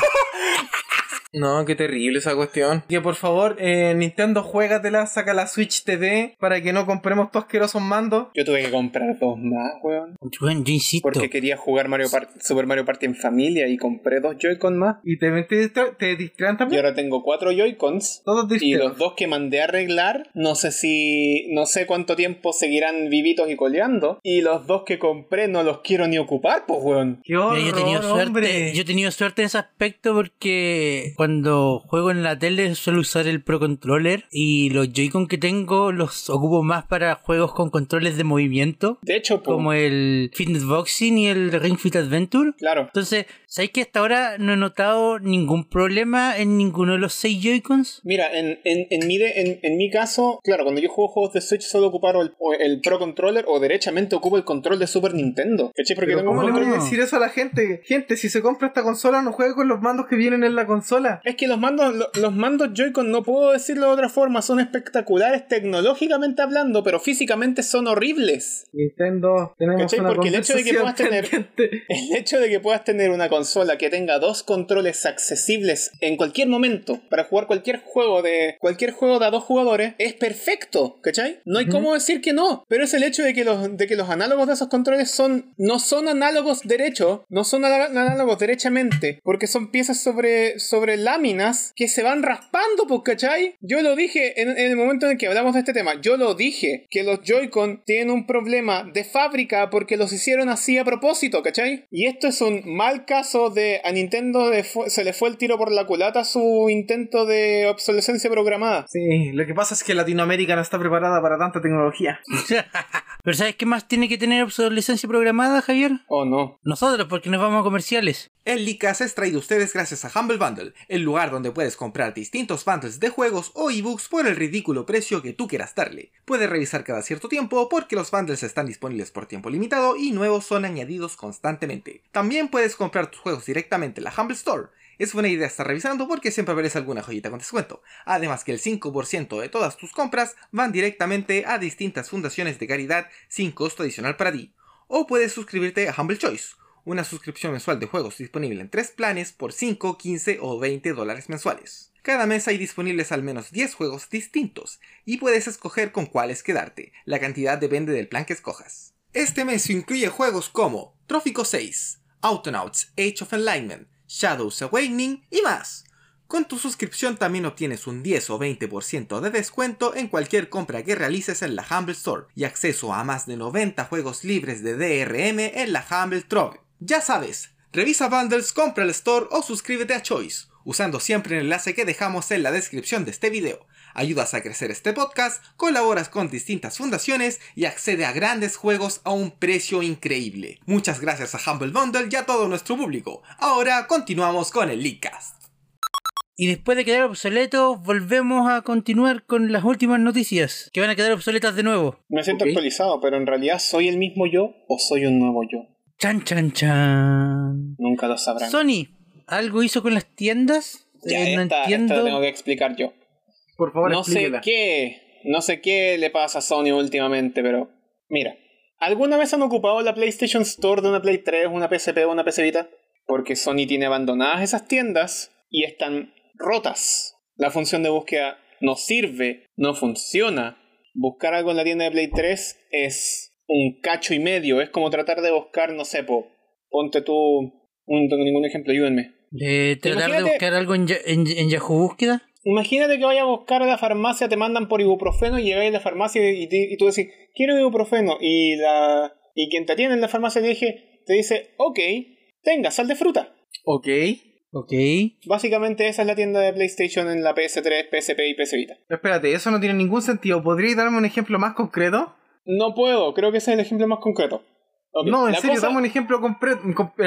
No, qué terrible esa cuestión. Que por favor, eh, Nintendo, juégatela, saca la Switch TV para que no compremos tus asquerosos mandos. Yo tuve que comprar dos más, weón. Bueno, yo insisto. Porque quería jugar Mario Party- Super Mario Party en familia y compré dos Joy-Con más. Y te, te, distra- te distraen Y también. ahora tengo cuatro Joy-Cons. Todos Y distraen. los dos que mandé a arreglar, no sé si. No sé cuánto tiempo seguirán vivitos y coleando. Y los dos que compré no los quiero ni ocupar, pues, weón. Qué Mira, horror, yo he tenido hombre. suerte, yo he tenido suerte en ese aspecto porque cuando juego en la tele suelo usar el Pro Controller y los Joy-Con que tengo los ocupo más para juegos con controles de movimiento, De hecho, pues. como el Fitness Boxing y el Ring Fit Adventure. Claro. Entonces, ¿sabéis que hasta ahora no he notado ningún problema en ninguno de los seis Joy-Cons? Mira, en, en, en, mi de- en, en mi caso, claro, cuando yo juego juegos de Switch solo ocuparon el, o el Pro Controller o derechamente ocupo el control de Super Nintendo. ¿Cachai? Porque Pero tengo ¿Cómo un le control- voy a no. decir eso a la gente? Gente, si se compra esta consola, no juegue con los mandos que vienen en la consola. Es que los mandos, lo- los mandos Joy-Con, no puedo decirlo de otra forma, son espectaculares tecnológicamente hablando, pero físicamente son horribles. Nintendo, tenemos ¿Cachai? una Porque el hecho de que conversación puedas tener- pendiente. El hecho de que puedas tener una consola que tenga dos controles accesibles en cualquier momento para jugar cualquier juego de cualquier juego de a dos jugadores es perfecto, ¿cachai? No hay cómo decir que no, pero es el hecho de que los de que los análogos de esos controles son no son análogos derecho, no son ana- análogos derechamente, porque son piezas sobre eh, sobre láminas que se van raspando, pues, ¿cachai? Yo lo dije en, en el momento en el que hablamos de este tema, yo lo dije que los Joy-Con tienen un problema de fábrica porque los hicieron así a propósito, ¿cachai? Y esto es un mal caso de a Nintendo le fue- se le fue el tiro por la culata su intento de obsolescencia programada. Sí, lo que pasa es que Latinoamérica no está preparada para tanta tecnología. Pero ¿sabes qué más tiene que tener obsolescencia programada, Javier? Oh no. Nosotros, porque nos vamos a comerciales. El Licas es traído a ustedes gracias a Humble Bundle, el lugar donde puedes comprar distintos bundles de juegos o ebooks por el ridículo precio que tú quieras darle. Puedes revisar cada cierto tiempo porque los bundles están disponibles por tiempo limitado y nuevos son añadidos constantemente. También puedes comprar tus juegos directamente en la Humble Store. Es buena idea estar revisando porque siempre aparece alguna joyita con descuento. Además que el 5% de todas tus compras van directamente a distintas fundaciones de caridad sin costo adicional para ti. O puedes suscribirte a Humble Choice, una suscripción mensual de juegos disponible en 3 planes por 5, 15 o 20 dólares mensuales. Cada mes hay disponibles al menos 10 juegos distintos y puedes escoger con cuáles quedarte. La cantidad depende del plan que escojas. Este mes incluye juegos como Trófico 6, Autonauts, Age of Enlightenment, Shadows Awakening y más. Con tu suscripción también obtienes un 10 o 20% de descuento en cualquier compra que realices en la Humble Store y acceso a más de 90 juegos libres de DRM en la Humble Trove. Ya sabes, revisa bundles, compra el store o suscríbete a Choice, usando siempre el enlace que dejamos en la descripción de este video. Ayudas a crecer este podcast, colaboras con distintas fundaciones y accede a grandes juegos a un precio increíble. Muchas gracias a Humble Bundle y a todo nuestro público. Ahora continuamos con el Leadcast. Y después de quedar obsoletos, volvemos a continuar con las últimas noticias, que van a quedar obsoletas de nuevo. Me siento Ok. actualizado, pero en realidad soy el mismo yo o soy un nuevo yo. Chan, chan, chan. Nunca lo sabrán. Sony, ¿algo hizo con las tiendas? ya, Eh, no esta, esta entiendo. la tengo que explicar yo. Por favor, no explíquela. sé qué, no sé qué le pasa a Sony últimamente, pero mira, ¿alguna vez han ocupado la PlayStation Store de una Play 3, una PSP o una PC Vita? Porque Sony tiene abandonadas esas tiendas y están rotas. La función de búsqueda no sirve, no funciona. Buscar algo en la tienda de Play 3 es un cacho y medio, es como tratar de buscar, no sé, po, ponte tú, no tengo ningún ejemplo, ayúdenme. De tratar de Imagínate- buscar algo en, Ya- en- en Yahoo Búsqueda. Imagínate que vayas a buscar a la farmacia, te mandan por ibuprofeno y llegáis a la farmacia y, y- y tú decís, quiero ibuprofeno. Y, la, y quien te atiende en la farmacia te, dije, te dice, ok, tenga, sal de fruta. Ok. Ok. Básicamente esa es la tienda de PlayStation en la PS3, PSP y PS Vita. Espérate, eso no tiene ningún sentido. ¿Podrías darme un ejemplo más concreto? No puedo, creo que ese es el ejemplo más concreto. Ok, No, en la serio, cosa- dame un ejemplo completo.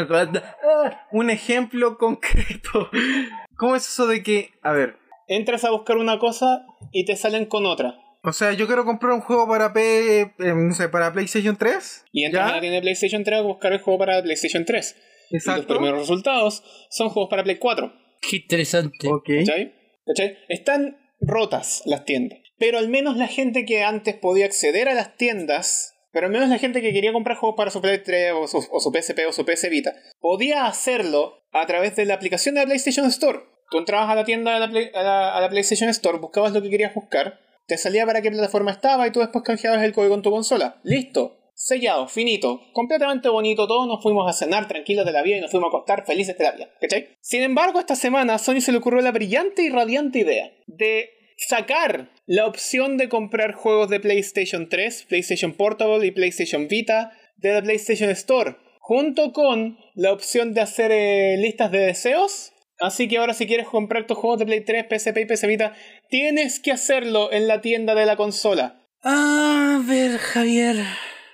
Un ejemplo concreto. ¿Cómo es eso de que, a ver, Entras a buscar una cosa y te salen con otra. o sea, yo quiero comprar un juego para P, eh, no sé, para PlayStation 3? Y entras a la tienda de PlayStation 3 a buscar el juego para PlayStation 3. Y los Exacto. primeros resultados son juegos para Play 4. Qué interesante. Ok. ¿Cachai? ¿Cachai? Están rotas las tiendas. Pero al menos la gente que antes podía acceder a las tiendas, pero al menos la gente que quería comprar juegos para su Play 3 o su, o su PSP o su PS Vita, podía hacerlo a través de la aplicación de la PlayStation Store. Tú entrabas a la tienda de la, Play- a la- a la PlayStation Store, buscabas lo que querías buscar, te salía para qué plataforma estaba y tú después canjeabas el código en tu consola. Listo. Sellado, finito, completamente bonito todo, nos fuimos a cenar tranquilos de la vida y nos fuimos a acostar felices de la vida, ¿cachai? Sin embargo, esta semana a Sony se le ocurrió la brillante y radiante idea de sacar la opción de comprar juegos de PlayStation 3, PlayStation Portable y PlayStation Vita de la PlayStation Store, junto con la opción de hacer eh, listas de deseos Así que ahora si quieres comprar tus juegos de Play 3, PSP y PS Vita, tienes que hacerlo en la tienda de la consola. A ver, Javier.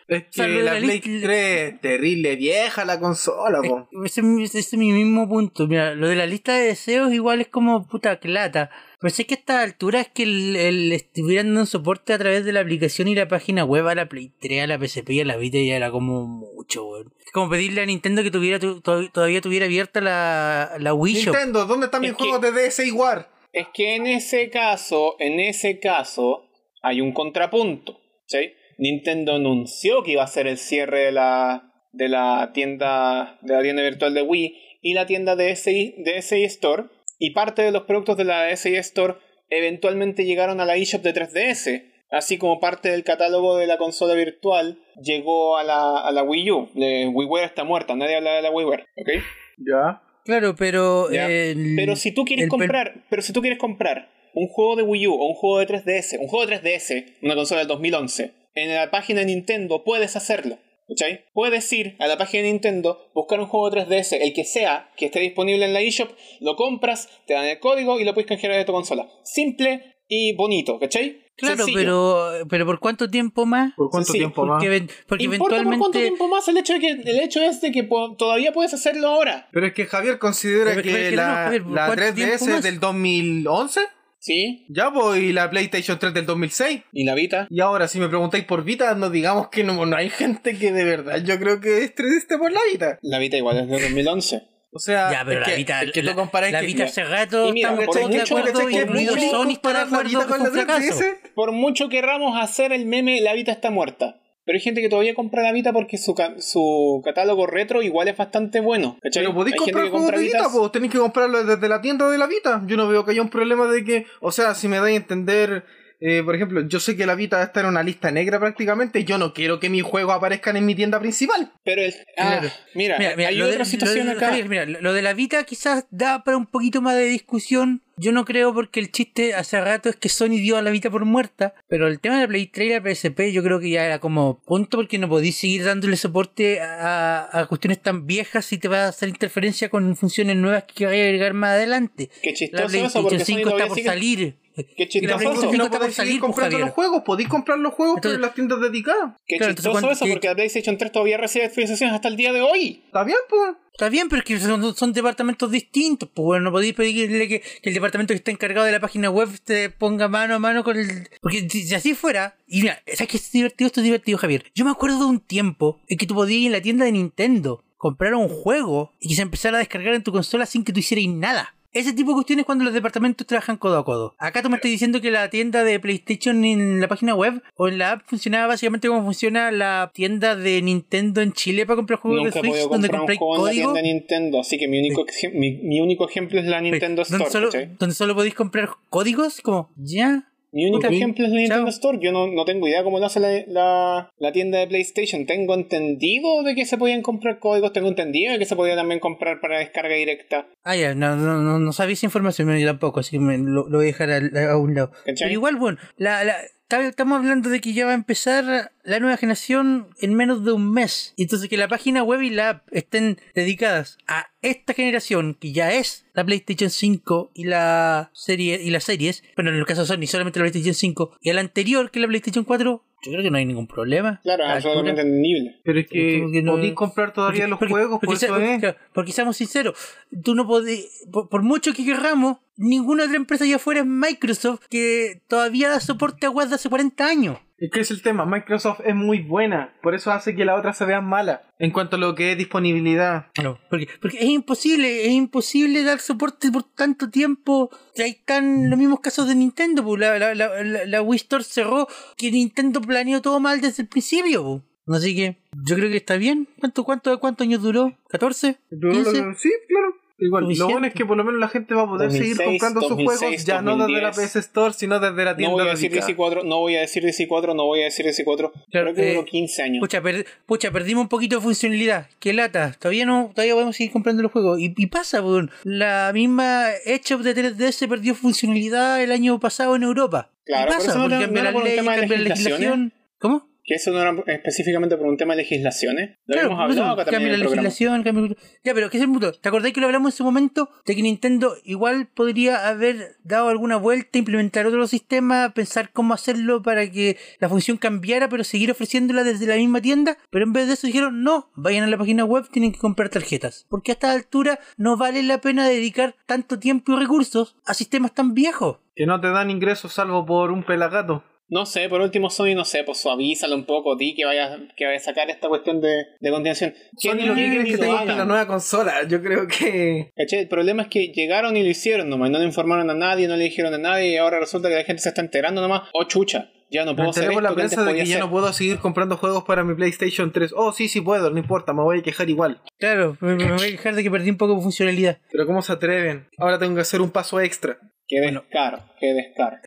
Es que Salud, la la Play lista- 3, terrible vieja la consola, po. Ese, ese es mi mismo punto. Mira, lo de la lista de deseos igual es como puta que lata. Pero sé que a esta altura es que el, el estuvieran dando soporte a través de la aplicación y la página web a la Play 3, a la PSP y a la Vita ya era como mucho, weón. Es como pedirle a Nintendo que tuviera tu- to- todavía tuviera abierta la, la Wii Shop. Nintendo, ¿dónde están mis Es que- juegos de DS y War? Es que en ese caso, en ese caso, hay un contrapunto. ¿sí? Nintendo anunció que iba a hacer el cierre de la, de la tienda de la tienda virtual de Wii y la tienda de SI, de SI Store. Y parte de los productos de la SI Store eventualmente llegaron a la eShop de 3DS. Así como parte del catálogo de la consola virtual llegó a la, a la Wii U. Eh, WiiWare está muerta, nadie habla de la WiiWare. ¿ok? Ya. Claro, pero... ¿Ya? el- Pero si tú quieres Mm, el per- comprar, pero si tú quieres comprar un juego de Wii U o un juego de 3DS, un juego de 3DS, una consola del 2011, en la página de Nintendo puedes hacerlo. ¿Cachai? Puedes ir a la página de Nintendo, buscar un juego de 3DS, el que sea, que esté disponible en la eShop, lo compras, te dan el código y lo puedes canjear de tu consola. Simple y bonito, ¿cachai? Claro, Sencillo. pero, pero ¿por cuánto tiempo más? ¿Por cuánto Sí, tiempo más? Porque, ven- porque Importa por cuánto eventualmente. tiempo más el hecho, de que, el hecho es de que po- todavía puedes hacerlo ahora. Pero es que Javier considera Pero- que pero es que no, la, Javier, ¿por la cuánto 3DS tiempo es más? del 2011. ¿Sí? Ya, pues, y la PlayStation 3 del 2006. ¿Y la Vita? Y ahora, si me preguntáis por Vita, no digamos que no, no hay gente que de verdad yo creo que es 3DS por la Vita. La Vita igual es de 2011. O sea, Ya, pero es la que, vida. es que la, tú comparas la que- vida hace rato. y mira, estamos por todos de mucho- acuerdo, ¿cachai? Que incluido mucho el Sony está de comparar la acuerdo Vita que fue con un la fracaso. 3DS. Por mucho querramos hacer el meme, la Vita está muerta. Pero hay gente que todavía compra la Vita porque su, ca- su catálogo retro igual es bastante bueno. ¿cachai? Pero podéis Hay gente comprar que juegos compra de Vita, Vitas- pues tenéis que comprarlo desde la tienda de la Vita. Yo no veo que haya un problema de que, o sea, si me dais a entender, eh, por ejemplo, yo sé que la Vita está en una lista negra prácticamente, yo no quiero que mis juegos aparezcan en mi tienda principal. Pero el- ah, Claro. mira, Mira, mira, hay lo de- otra situación lo de- acá. Javier, mira, lo- lo de la Vita quizás da para un poquito más de discusión. Yo no creo porque el chiste hace rato es que Sony dio a la Vita por muerta. Pero el tema de la Play 3 y la PSP yo creo que ya era como punto porque no podís seguir dándole soporte a, a cuestiones tan viejas y te va a hacer interferencia con funciones nuevas que vaya a agregar más adelante. Qué La chistoso eso PlayStation porque 5 Sony está todavía por sigue- salir. Qué Y la chistoso PlayStation eso. no 5 está por podéis seguir salir, pues, comprando los Javier. juegos, podéis comprar los juegos pero Entonces- en las tiendas dedicadas. Qué Claro, entonces, chistoso ¿cuánto- eso qué- porque la PlayStation 3 todavía recibe actualizaciones hasta el día de hoy. Está bien, pues. Está bien, pero es que son, son departamentos distintos. Pues bueno, no podéis pedirle que, que el departamento que está encargado de la página web te ponga mano a mano con el. Porque si, si así fuera. Y mira, ¿sabes qué es divertido? Esto es divertido, Javier. Yo me acuerdo de un tiempo en que tú podías ir en la tienda de Nintendo, comprar un juego y que se empezara a descargar en tu consola sin que tú hicieras nada. Ese tipo de cuestiones cuando los departamentos trabajan codo a codo. Acá tú me estás diciendo que la tienda de PlayStation en la página web o en la app funcionaba básicamente como funciona la tienda de Nintendo en Chile para comprar juegos Nunca he de Switch, podido donde comprar compráis un juego en la código. tienda Nintendo, así que mi único, ejem- mi, mi único ejemplo es la Nintendo Donde Store. solo, ¿cachai? donde solo podéis comprar códigos, como ya. Mi único Ok, ejemplo es la Nintendo chao. Store. Yo no, no tengo idea cómo lo hace la, la- la tienda de PlayStation. Tengo entendido de que se podían comprar códigos, tengo entendido de que se podía también comprar para descarga directa. Ah, ya, no, no, no, no sabía esa información, yo tampoco, así que me- lo, lo voy a dejar al- a, un lado. ¿Cachai? Pero igual, bueno, la, la- ta- estamos hablando de que ya va a empezar la nueva generación en menos de un mes. Y Entonces, que la página web y la app estén dedicadas a esta generación, que ya es la PlayStation 5 y la serie y las series, bueno, en el caso de Sony, solamente la PlayStation 5, y a la anterior, que es la PlayStation 4, yo creo que no hay ningún problema. Claro, A la altura. absolutamente entendible. Pero es Sí, que como que no- podéis comprar todavía los juegos, por eso se- es. porque- porque seamos sinceros, tú no podés, por, por mucho que querramos, ninguna otra empresa allá afuera es Microsoft que todavía da soporte a web de hace 40 años. Es que es el tema, Microsoft es muy buena, por eso hace que la otra se vea mala. En cuanto a lo que es disponibilidad, Porque, porque es imposible, es imposible dar soporte por tanto tiempo. Ahí están los mismos casos de Nintendo, po. la, la, la, la- la Wii Store cerró, que Nintendo planeó todo mal desde el principio. po. Así que yo creo que está bien. ¿Cuánto, cuánto, cuántos años duró? ¿14? Yo lo- 15? Sí, claro. Igual, Suficiente. lo bueno es que por lo menos la gente va a poder seguir 2006, comprando sus 2006, juegos ya no desde la 2010. PS Store, sino desde la No tienda voy a decir dedicada. 14, no voy a decir 14, no voy a decir 14. Claro, Creo que eh, duró 15 años. Pucha, per- pucha, perdimos un poquito de funcionalidad. Qué lata. Todavía no, todavía podemos seguir comprando los juegos. Y, y pasa, weón. La misma Edge of the 3DS perdió funcionalidad el año pasado en Europa. Y Claro, pero pasa, eso no porque era- cambia no era la por un ley, tema de cambia la legislaciones. legislación. ¿Cómo? Que eso no era específicamente por un tema de legislaciones. Lo Claro, hemos por eso, hablado acá también cambia en la el programa. legislación, cambia... Ya, pero ¿qué es el punto? ¿Te acordáis que lo hablamos en su momento? De que Nintendo igual podría haber dado alguna vuelta, implementar otro sistema, pensar cómo hacerlo para que la función cambiara, pero seguir ofreciéndola desde la misma tienda. Pero en vez de eso dijeron, no, vayan a la página web, tienen que comprar tarjetas. Porque a esta altura no vale la pena dedicar tanto tiempo y recursos a sistemas tan viejos. Que no te dan ingresos salvo por un pelagato. No sé, por último Sony, no sé, pues suavízalo un poco, di que vaya, que vaya a sacar esta cuestión de, de continuación. Que Sony ni lo que lleguen quieren ni es que lo te compren hagan. la nueva consola. Yo creo que. ¿Cachai? El problema es que llegaron y lo hicieron nomás, no le informaron a nadie, no le dijeron a nadie, y ahora resulta que la gente se está enterando nomás, oh chucha, ya no puedo Me hacer enteré por esto la que antes prensa de podía que ya hacer. no puedo seguir comprando juegos para mi PlayStation 3. Oh, sí, sí puedo, no importa, me voy a quejar igual. Claro, me, me voy a quejar de que perdí un poco de funcionalidad. Pero ¿cómo se atreven? Ahora tengo que hacer un paso extra. Qué Bueno. descaro, qué descaro.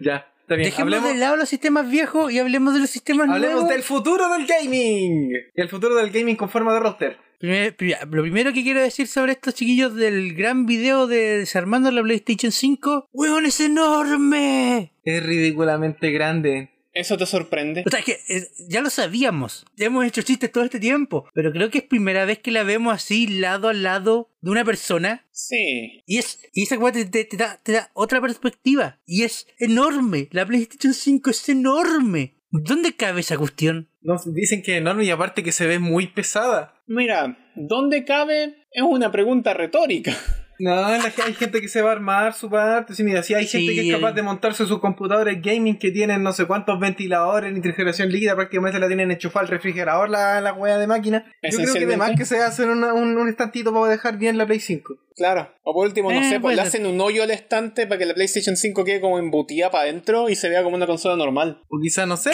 Ya, está bien. Dejemos hablemos- de lado los sistemas viejos y hablemos de los sistemas Hablemos nuevos. del futuro del gaming. Y el futuro del gaming con forma de roster. Primer- pri- lo primero que quiero decir sobre estos chiquillos del gran video de Desarmando la PlayStation 5, ¡Weón es enorme! Es ridículamente grande. ¿Eso te sorprende? O sea, es que eh, ya lo sabíamos. Ya hemos hecho chistes todo este tiempo. Pero creo que es primera vez que la vemos así, lado a lado de una persona. Sí. Y, es, y esa weá te, te- te da, te da otra perspectiva. Y es enorme. La PlayStation 5 es enorme. ¿Dónde cabe esa cuestión? No, dicen que es enorme y aparte que se ve muy pesada. Mira, ¿dónde cabe? Es una pregunta retórica. No, la ge- hay gente que se va a armar su parte. Sí, mira, sí, hay gente Sí, que es capaz el- de montarse sus computadores gaming que tienen no sé cuántos ventiladores, refrigeración líquida, prácticamente la tienen enchufada al refrigerador, la, la wea de máquina. Yo creo que Esencialmente. además que se hacen una- un, un estantito para dejar bien la Play 5. Claro. O por último, no Eh, sé, pues puede le ser. hacen un hoyo al estante para que la PlayStation 5 quede como embutida para adentro y se vea como una consola normal. O quizá, no sé,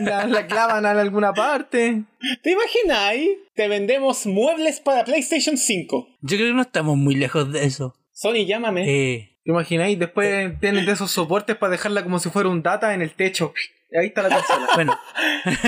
la, la clavan a alguna parte. ¿Te imagináis? Te vendemos muebles para PlayStation 5. Yo creo que no estamos muy lejos de eso. Sony, llámame. Eh, ¿Te imagináis? Después tienen de esos soportes para dejarla como si fuera un data en el techo. Ahí está la consola. bueno,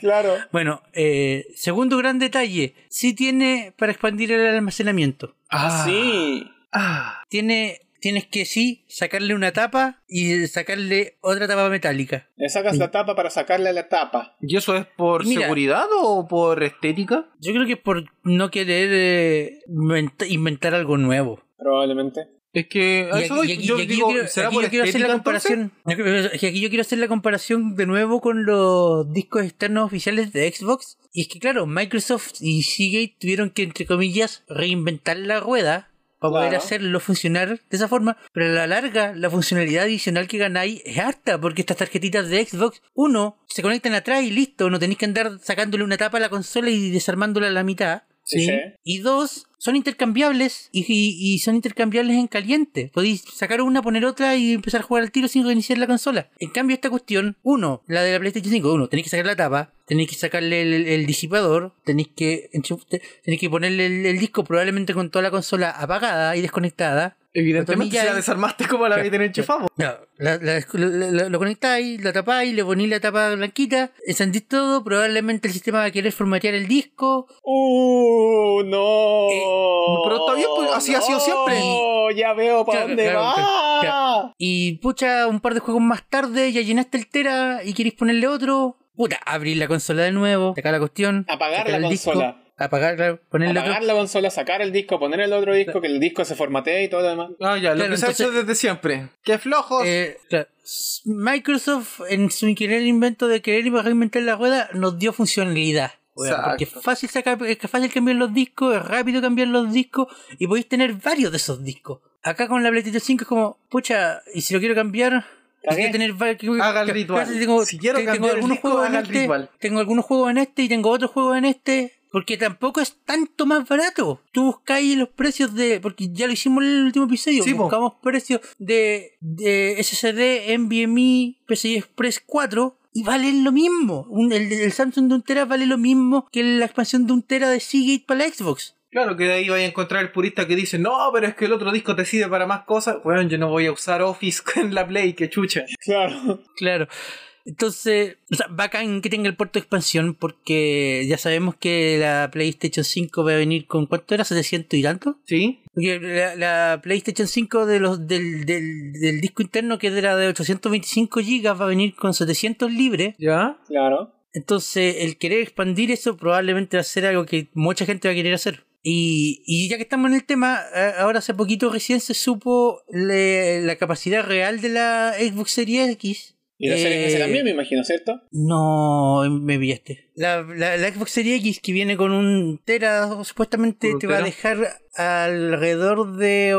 Claro. bueno. eh, segundo gran detalle. Sí tiene para expandir el almacenamiento. Ah, Sí. Ah. Tiene... Tienes que sí sacarle una tapa y sacarle otra tapa metálica. Le sacas la tapa para sacarle la tapa. ¿Y eso es por Mira. seguridad o por estética? Yo creo que es por no querer eh, invent- inventar algo nuevo. Probablemente. Es que a Y eso aquí, voy. y aquí- yo y aquí digo, yo quiero, ¿será aquí por yo quiero hacer la estética, entonces? comparación. yo creo- es que aquí yo quiero hacer la comparación de nuevo con los discos externos oficiales de Xbox. Y es que claro, Microsoft y Seagate tuvieron que entre comillas reinventar la rueda para poder Claro. hacerlo funcionar de esa forma. Pero a la larga, la funcionalidad adicional que ganáis es harta, porque estas tarjetitas de Xbox, uno, se conectan atrás y listo, no tenéis que andar sacándole una tapa a la consola y desarmándola a la mitad. Sí, sí. Y dos, son intercambiables y, y- y son intercambiables en caliente. Podéis sacar una, poner otra y empezar a jugar al tiro sin reiniciar la consola. En cambio, esta cuestión, uno, la de la PlayStation 5, uno, tenéis que sacar la tapa, tenéis que sacarle el, el- el disipador, tenéis que, enchuf- te- tenéis que ponerle el, el disco probablemente con toda la consola apagada y desconectada. Evidentemente, Pero si la ya- desarmaste como la que tiene enchufado. No, la- la- la- la- lo conectáis, la tapáis, le ponéis la tapa blanquita, encendís todo, probablemente el sistema va a querer formatear el disco, Uh, no. Eh, pero está bien, pues, así ha sido siempre. No, ya veo para Claro, dónde claro, va. claro, claro. Y pucha, un par de juegos más tarde ya llenaste el Tera y queréis ponerle otro. Puta, abrir la consola de nuevo, sacar la cuestión. Apagar sacar la el disco, consola. apagarla, ponerle Apagar otro. la consola, sacar el disco, poner el otro disco, que el disco se formatee y todo lo demás. Ah, ya, lo Claro, que se ha hecho entonces- desde siempre. ¡Qué flojos! Eh, claro. S- Microsoft, en su querer invento de querer reinventar la rueda, nos dio funcionalidad. weón, Exacto. porque es fácil, sacar, es que es fácil cambiar los discos, es rápido cambiar los discos y podéis tener varios de esos discos. Acá con la PlayStation 5 es como, pucha, y si lo quiero cambiar, y si Cagué. quiero tener varios- Haga el que- ritual. que Tengo, Si quiero que- tengo cambiar el algunos disco, juegos haga en el este, ritual. Tengo algunos juegos en este y tengo otros juegos en este. Porque tampoco es tanto más barato. Tú buscáis los precios de. Porque ya lo hicimos en el último episodio. Sí, po. buscamos precios de, de SSD, NVMe, PCI Express 4. Y valen lo mismo. Un- el, el Samsung de un tera vale lo mismo que la expansión de un tera de Seagate para la Xbox. Claro que de ahí vaya a encontrar el purista que dice, no, pero es que el otro disco te sirve para más cosas. Bueno, yo no voy a usar Office en la Play, que chucha. Claro. Claro. Entonces, o sea, bacán que tenga el puerto de expansión porque ya sabemos que la PlayStation 5 va a venir con ¿cuánto era? ¿700 y tanto? ¿Sí? Porque la, la PlayStation 5 de los, del, del, del disco interno que era de 825 GB va a venir con 700 libres. ¿Ya? Claro. Entonces, el querer expandir eso probablemente va a ser algo que mucha gente va a querer hacer. Y, y ya que estamos en el tema, a- ahora hace poquito recién se supo le- la capacidad real de la Xbox Series X. Y la serie Eh, que se también, me imagino, ¿cierto? no, me pillaste. La, la, la Xbox Series X que viene con un Tera, supuestamente ¿Con un te va a tera? dejar alrededor de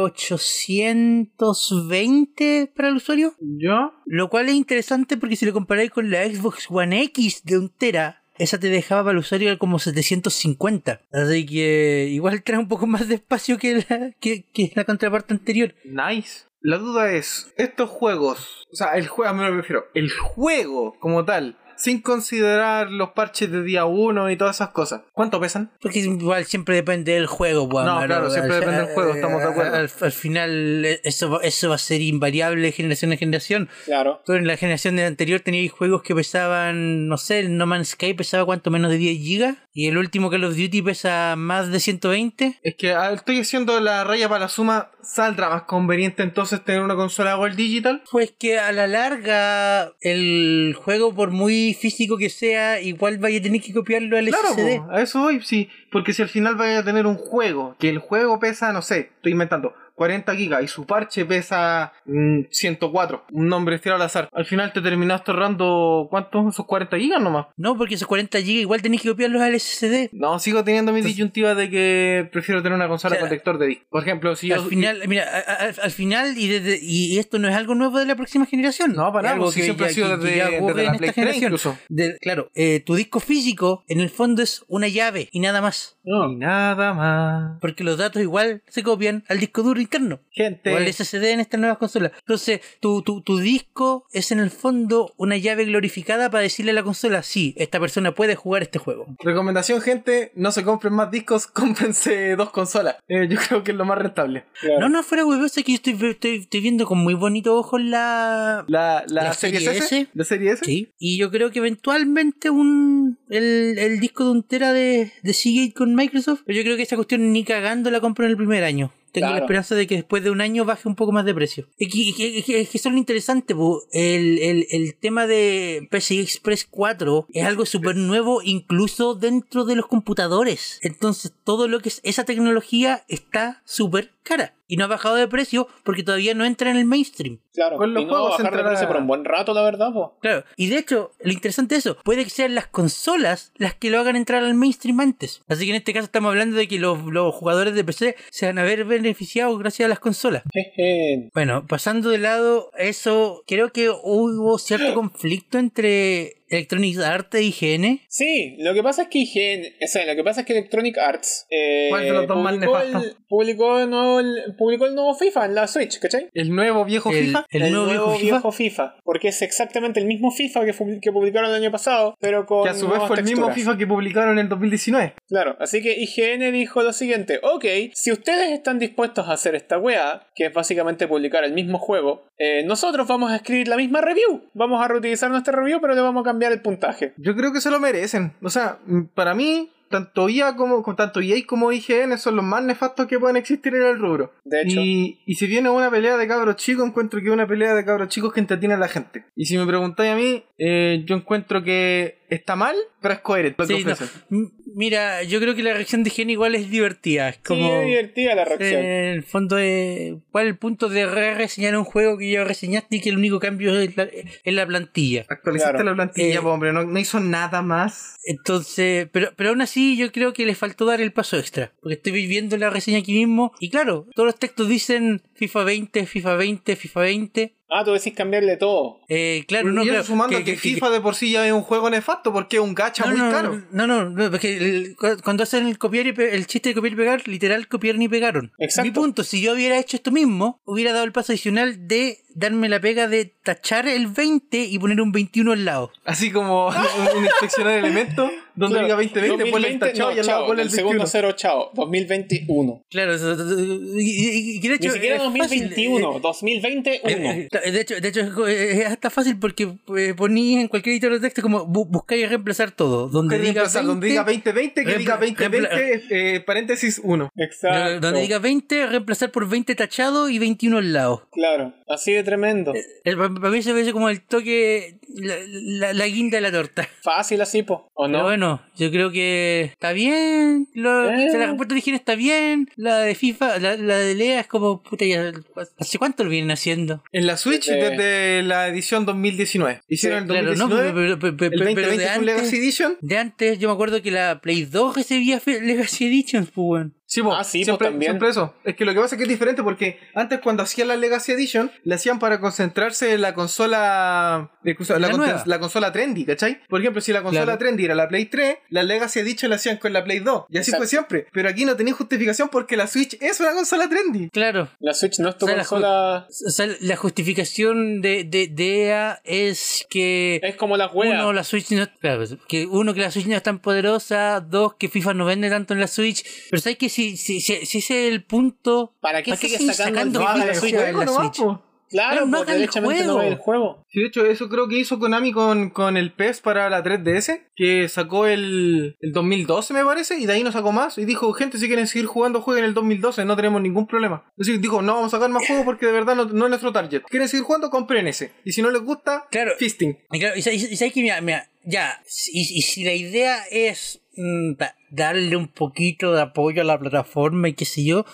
820 para el usuario. ¿Ya? Lo cual es interesante porque si lo comparáis con la Xbox One X de un Tera, esa te dejaba para el usuario como 750. Así que igual trae un poco más de espacio que la, que, que la contraparte anterior. Nice. La duda es, estos juegos, o sea, el juego, me refiero, el juego como tal, sin considerar los parches de día 1 y todas esas cosas. ¿Cuánto pesan? Porque igual siempre depende del juego, pues, No, Amaro. claro, siempre Al- depende del juego, estamos de acuerdo. eh, Al, al final, eh, eso, va- eso va a ser invariable de generación a generación. Claro. Tú en la generación de anterior tenías juegos que pesaban, no sé, el No Man's Sky pesaba cuánto menos de 10 gigas. Y el último Call of Duty pesa más de 120. Es que ah, estoy haciendo la raya para la suma, saldrá más conveniente entonces tener una consola Gold Digital. Pues que a la larga, el juego, por muy físico que sea, igual vaya a tener que copiarlo al Claro, SSD. po, a eso voy, sí. Porque si al final vaya a tener un juego, que el juego pesa, no sé, estoy inventando, 40 gigas y su parche pesa mm, 104, un nombre estirado al azar. Al final te terminás ahorrando, ¿cuántos? Esos 40 gigas nomás. No, porque esos 40 GB igual tenés que copiarlos al SSD. No, sigo teniendo mi disyuntiva de que prefiero tener una O consola sea, con lector de disco. Por ejemplo, si yo... al final, mira, a- a- al, al final, y, desde, y esto no es algo nuevo de la próxima generación. No, para Es nada, algo si que siempre ya- ha sido que- que desde, ya ocurre desde en la esta Play 3 generación. incluso. Del- claro, eh, tu disco físico en el fondo es una llave y nada más. Y nada más. Porque los datos igual se copian al disco duro interno. Gente... O al SSD en estas nuevas consolas. Entonces, tu, tu, tu disco es en el fondo una llave glorificada para decirle a la consola, sí, esta persona puede jugar este juego. Recomendación, gente, no se compren más discos, cómprense dos consolas. Eh, yo creo que es lo más rentable. claro. No, no, fuera huevo, sé que yo estoy, estoy, estoy viendo con muy bonito ojo la... La, la, ¿La serie serie S? S? ¿La serie S? Sí. Y yo creo que eventualmente un el, el disco de un tera de, de Seagate con Microsoft, pero yo creo que esa cuestión ni cagando la compro en el primer año. Tengo la Claro. esperanza de que después de un año baje un poco más de precio. Es que, es que- es que- es que eso es lo interesante, po. El, el, el tema de PCI Express 4 es algo súper nuevo incluso dentro de los computadores. Entonces todo lo que es esa tecnología está súper cara. Y no ha bajado de precio porque todavía no entra en el mainstream. Claro. Con los y no va juegos a bajar de entrará- precio por un buen rato, la verdad, po. Claro, y de hecho, lo interesante de eso, puede que sean las consolas las que lo hagan entrar al mainstream antes. Así que en este caso estamos hablando de que los, los jugadores de PC se van a ver beneficiados gracias a las consolas. Jeje. Bueno, pasando de lado eso, creo que hubo cierto conflicto entre Electronic Arts e IGN. Sí, lo que pasa es que IGN, o sea, lo que pasa es que Electronic Arts eh, ¿Cuál de los dos más publicó, el, nefasto? publicó, el nuevo, el- publicó el nuevo FIFA en la Switch, ¿cachai? ¿El nuevo viejo El- FIFA? el- nuevo viejo FIFA? Porque es exactamente el mismo FIFA que, fu- que publicaron el año pasado, pero con. Que a su vez nuevas fue el mismo texturas. FIFA que publicaron en el 2019. Claro, así que IGN dijo lo siguiente, ok, si ustedes están dispuestos a hacer esta weá, que es básicamente publicar el mismo juego, eh, nosotros vamos a escribir la misma review, vamos a reutilizar nuestra review, pero le vamos a cambiar el puntaje. Yo creo que se lo merecen. O sea, mm, para mí, tanto EA como, con- tanto EA como IGN son los más nefastos que pueden existir en el rubro. De hecho. Y, y si viene una pelea de cabros chicos, encuentro que es una pelea de cabros chicos que entretiene a la gente. Y si me preguntáis a mí, eh, yo encuentro que está mal, pero es coherente lo que Sí, no. ofrecen. M- Mira, yo creo que la reacción de IGN igual es divertida. Es Sí, como... es divertida la reacción. Eh, En el fondo, eh, ¿cuál es el punto de re reseñar un juego que ya reseñaste y que el único cambio es la, es la plantilla? Actualizaste Claro. la plantilla, Eh, po, hombre, no, no hizo nada más. Entonces, pero, pero aún así yo creo que le faltó dar el paso extra, porque estoy viviendo la reseña aquí mismo y claro, todos los textos dicen FIFA 20, FIFA 20, FIFA 20. Ah, tú decís cambiarle todo. Eh, claro, no, y eso claro, sumando que, FIFA de por sí ya es un juego nefasto porque es un gacha no, muy no, caro. No, no, no, porque el- cu- cuando hacen el copiar y pe- el chiste de copiar y pegar, literal copiaron y pegaron. Exacto. Mi punto, si yo hubiera hecho esto mismo, hubiera dado el paso adicional de darme la pega de tachar el 20 y poner un 21 al lado. Así como un, un inspeccionar elemento donde Claro, diga 2020, ponle el 2020, tachado no, y al lado chao, ponle el el segundo 21. cero, chao, 2021. Claro, eso- y, y- y que de hecho Ni siquiera es fácil, 2021, eh, 2021. eh, De hecho, de hecho, es es hasta fácil porque eh, ponís en cualquier editor de texto como bu- buscáis reemplazar todo. Donde Que diga, reemplazar, Donde 20, diga 2020, que Reempla- diga 2020, eh, paréntesis 1. Exacto. Donde diga 20, reemplazar por 20 tachado y 21 al lado. Claro, así de tremendo. El- pa- para mí se me hace como el toque, la, la- la guinda de la torta. Fácil así, po. ¿O Pero no? bueno, yo creo que está bien. lo- Eh. o sea, la respuesta de higiene está bien. La de FIFA, la, la de Lea es como, puta, ya, ¿hace cuánto lo vienen haciendo? En la Switch Desde- desde, la edición 2019. Hicieron el Claro, no, 2019, pero, pero- pero- el pero- pero 2020 de fue un Legacy antes. Edition. De antes, yo me acuerdo que la Play 2 recibía fe- Legacy Editions, pues, weón. Sí, po, Ah, sí, po, siempre, también. siempre eso. Es que lo que pasa es que es diferente porque antes cuando hacían la Legacy Edition, la hacían para concentrarse en la consola eh, la, La con- nueva. la consola trendy, ¿cachai? Por ejemplo, si la consola Claro. trendy era la Play 3, la Legacy Edition la hacían con la Play 2. Y así Exacto. fue siempre. Pero aquí no tenía justificación porque la Switch es una consola trendy. Claro. La Switch no es tu O sea, la consola. O sea, la justificación de, de, de EA es que Es como la uno, wea. la Switch no, claro, que uno, que la Switch no es tan poderosa, dos, que FIFA no vende tanto en la Switch, pero sabes que si, si, si, si ese es el punto, ¿Para qué ¿para qué sigues sigues sacando, sacando el FIFA FIFA de de pues, juego? la Switch? nomás, Switch. po. Pero Claro, no porque hagan el derechamente no juego. es el juego. Sí, de hecho, eso creo que hizo Konami con, con el PES para la 3DS, que sacó el, el 2012, me parece, y de ahí no sacó más. Y dijo, gente, si quieren seguir jugando, jueguen el 2012, no tenemos ningún problema. Es decir, dijo, no vamos a sacar más juegos porque de verdad no, no es nuestro target. ¿Quieren seguir jugando? Compren ese. Y si no les gusta, Claro. fisting. Y claro, y, sa- y sa- y sabes que, mira, mira, ya, y, y si la idea es mm, da- darle un poquito de apoyo a la plataforma y qué sé yo,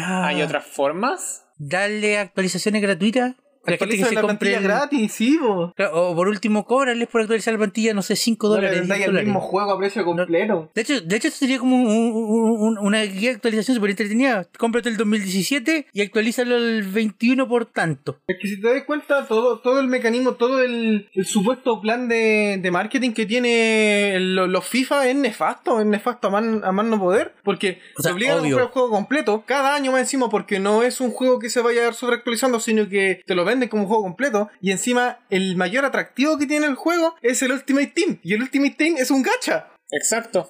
ah, ¿Hay otras formas? darle actualizaciones gratuitas. para la gente que Actualizan se la compre plantilla el- gratis, sí, bo. Claro, O por último, cóbrales por actualizar la plantilla, no sé, 5 No le dólares. vendáis 10 el dólares. mismo juego a precio completo. De hecho, de hecho, esto sería como un- un- un- una guía de actualización súper entretenida. Cómprate el 2017 y actualízalo el 21 por tanto. Es que si te das cuenta, todo, todo el mecanismo, todo el, el supuesto plan de, de marketing que tiene lo- los FIFA es nefasto, es nefasto a más a más no poder, porque O sea, te obvio. obligan a comprar el juego completo cada año más encima, porque no es un juego que se vaya a ir sobreactualizando, sino que te lo venden como un juego completo, y encima el mayor atractivo que tiene el juego es el Ultimate Team, y el Ultimate Team es un gacha. Exacto.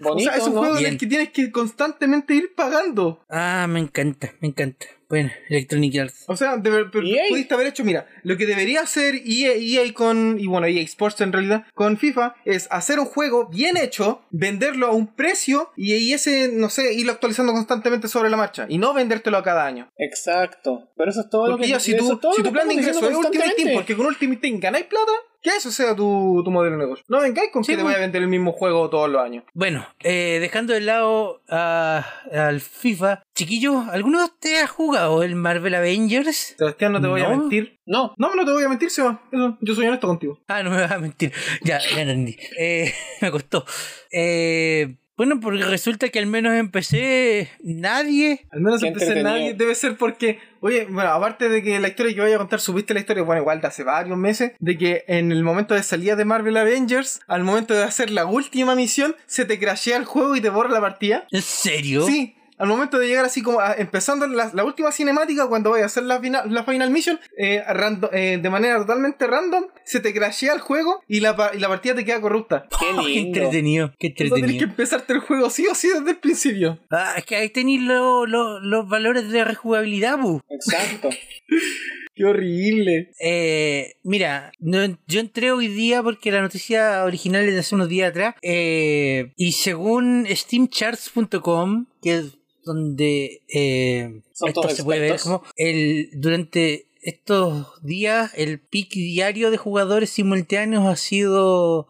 O Bonito, sea, es un ¿no? juego en Bien. el que tienes que constantemente ir pagando. Ah, me encanta, me encanta. Bueno, Electronic Arts. O sea, de ver- pero EA. pudiste haber hecho, mira, lo que debería hacer E EA, EA con, y bueno, EA Sports en realidad, con FIFA, es hacer un juego bien hecho, venderlo a un precio y, y ese, no sé, irlo actualizando constantemente sobre la marcha y no vendértelo a cada año. Exacto. Pero eso es todo lo Porque que ya, si eso tu, es todo si lo tu que plan de estamos ingreso es diciendo este Ultimate Team, constantemente. porque con Ultimate Team ganáis plata, que eso sea tu, tu modelo de negocio. No vengáis con Sí, que te pues. voy a vender el mismo juego todos los años. Bueno, eh, dejando de lado a- al FIFA, chiquillos, ¿alguno de ustedes ha jugado el Marvel Avengers? Sebastián, no te voy a No. mentir. No, No, no te voy a mentir, Seba. Eso, yo soy honesto contigo. Ah, no me vas a mentir. Ya, ya entendí. Eh, me costó. Eh, bueno, porque resulta que al menos empecé. Nadie. Al menos Qué empecé entretenido. nadie. Debe ser porque, oye, bueno, aparte de que la historia que voy a contar, supiste la historia, bueno, igual de hace varios meses, de que en el momento de salida de Marvel Avengers, al momento de hacer la última misión, se te crashea el juego y te borra la partida. ¿En serio? Sí. Al momento de llegar así como a- empezando la, la última cinemática, cuando voy a hacer la final, la final mission, eh, rando- eh, de manera totalmente random, se te crashea el juego y la, pa- y la partida te queda corrupta. qué Oh, qué lindo. entretenido, qué Entonces tienes que entretenido. empezarte el juego sí o sí desde el principio. Ah, es que ahí tenéis lo- lo- los valores de rejugabilidad, bu. Exacto. Qué horrible. Eh, mira, no- yo entré hoy día porque la noticia original es de hace unos días atrás. eh, y según steamcharts.com, que es donde eh, Son esto todos se puede ver expertos. como el, durante estos días el pic diario de jugadores simultáneos ha sido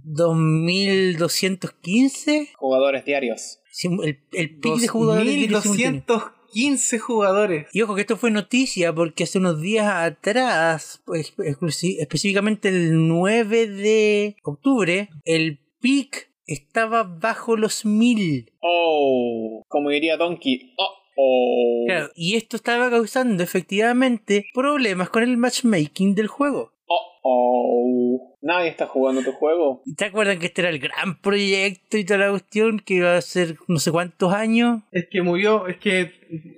2215. Jugadores diarios. Sim- El, el pic de jugadores diarios simultáneos. 1215 jugadores. Y ojo que esto fue noticia porque hace unos días atrás, pues, exclusi- específicamente el 9 de octubre, el pic estaba bajo los 1000. Oh, como diría Donkey. Oh, oh. Claro, y esto estaba causando efectivamente problemas con el matchmaking del juego. Oh, oh. Nadie está jugando tu juego. ¿Te acuerdan que este era el gran proyecto y toda la cuestión que iba a ser no sé cuántos años? Es que murió, es que,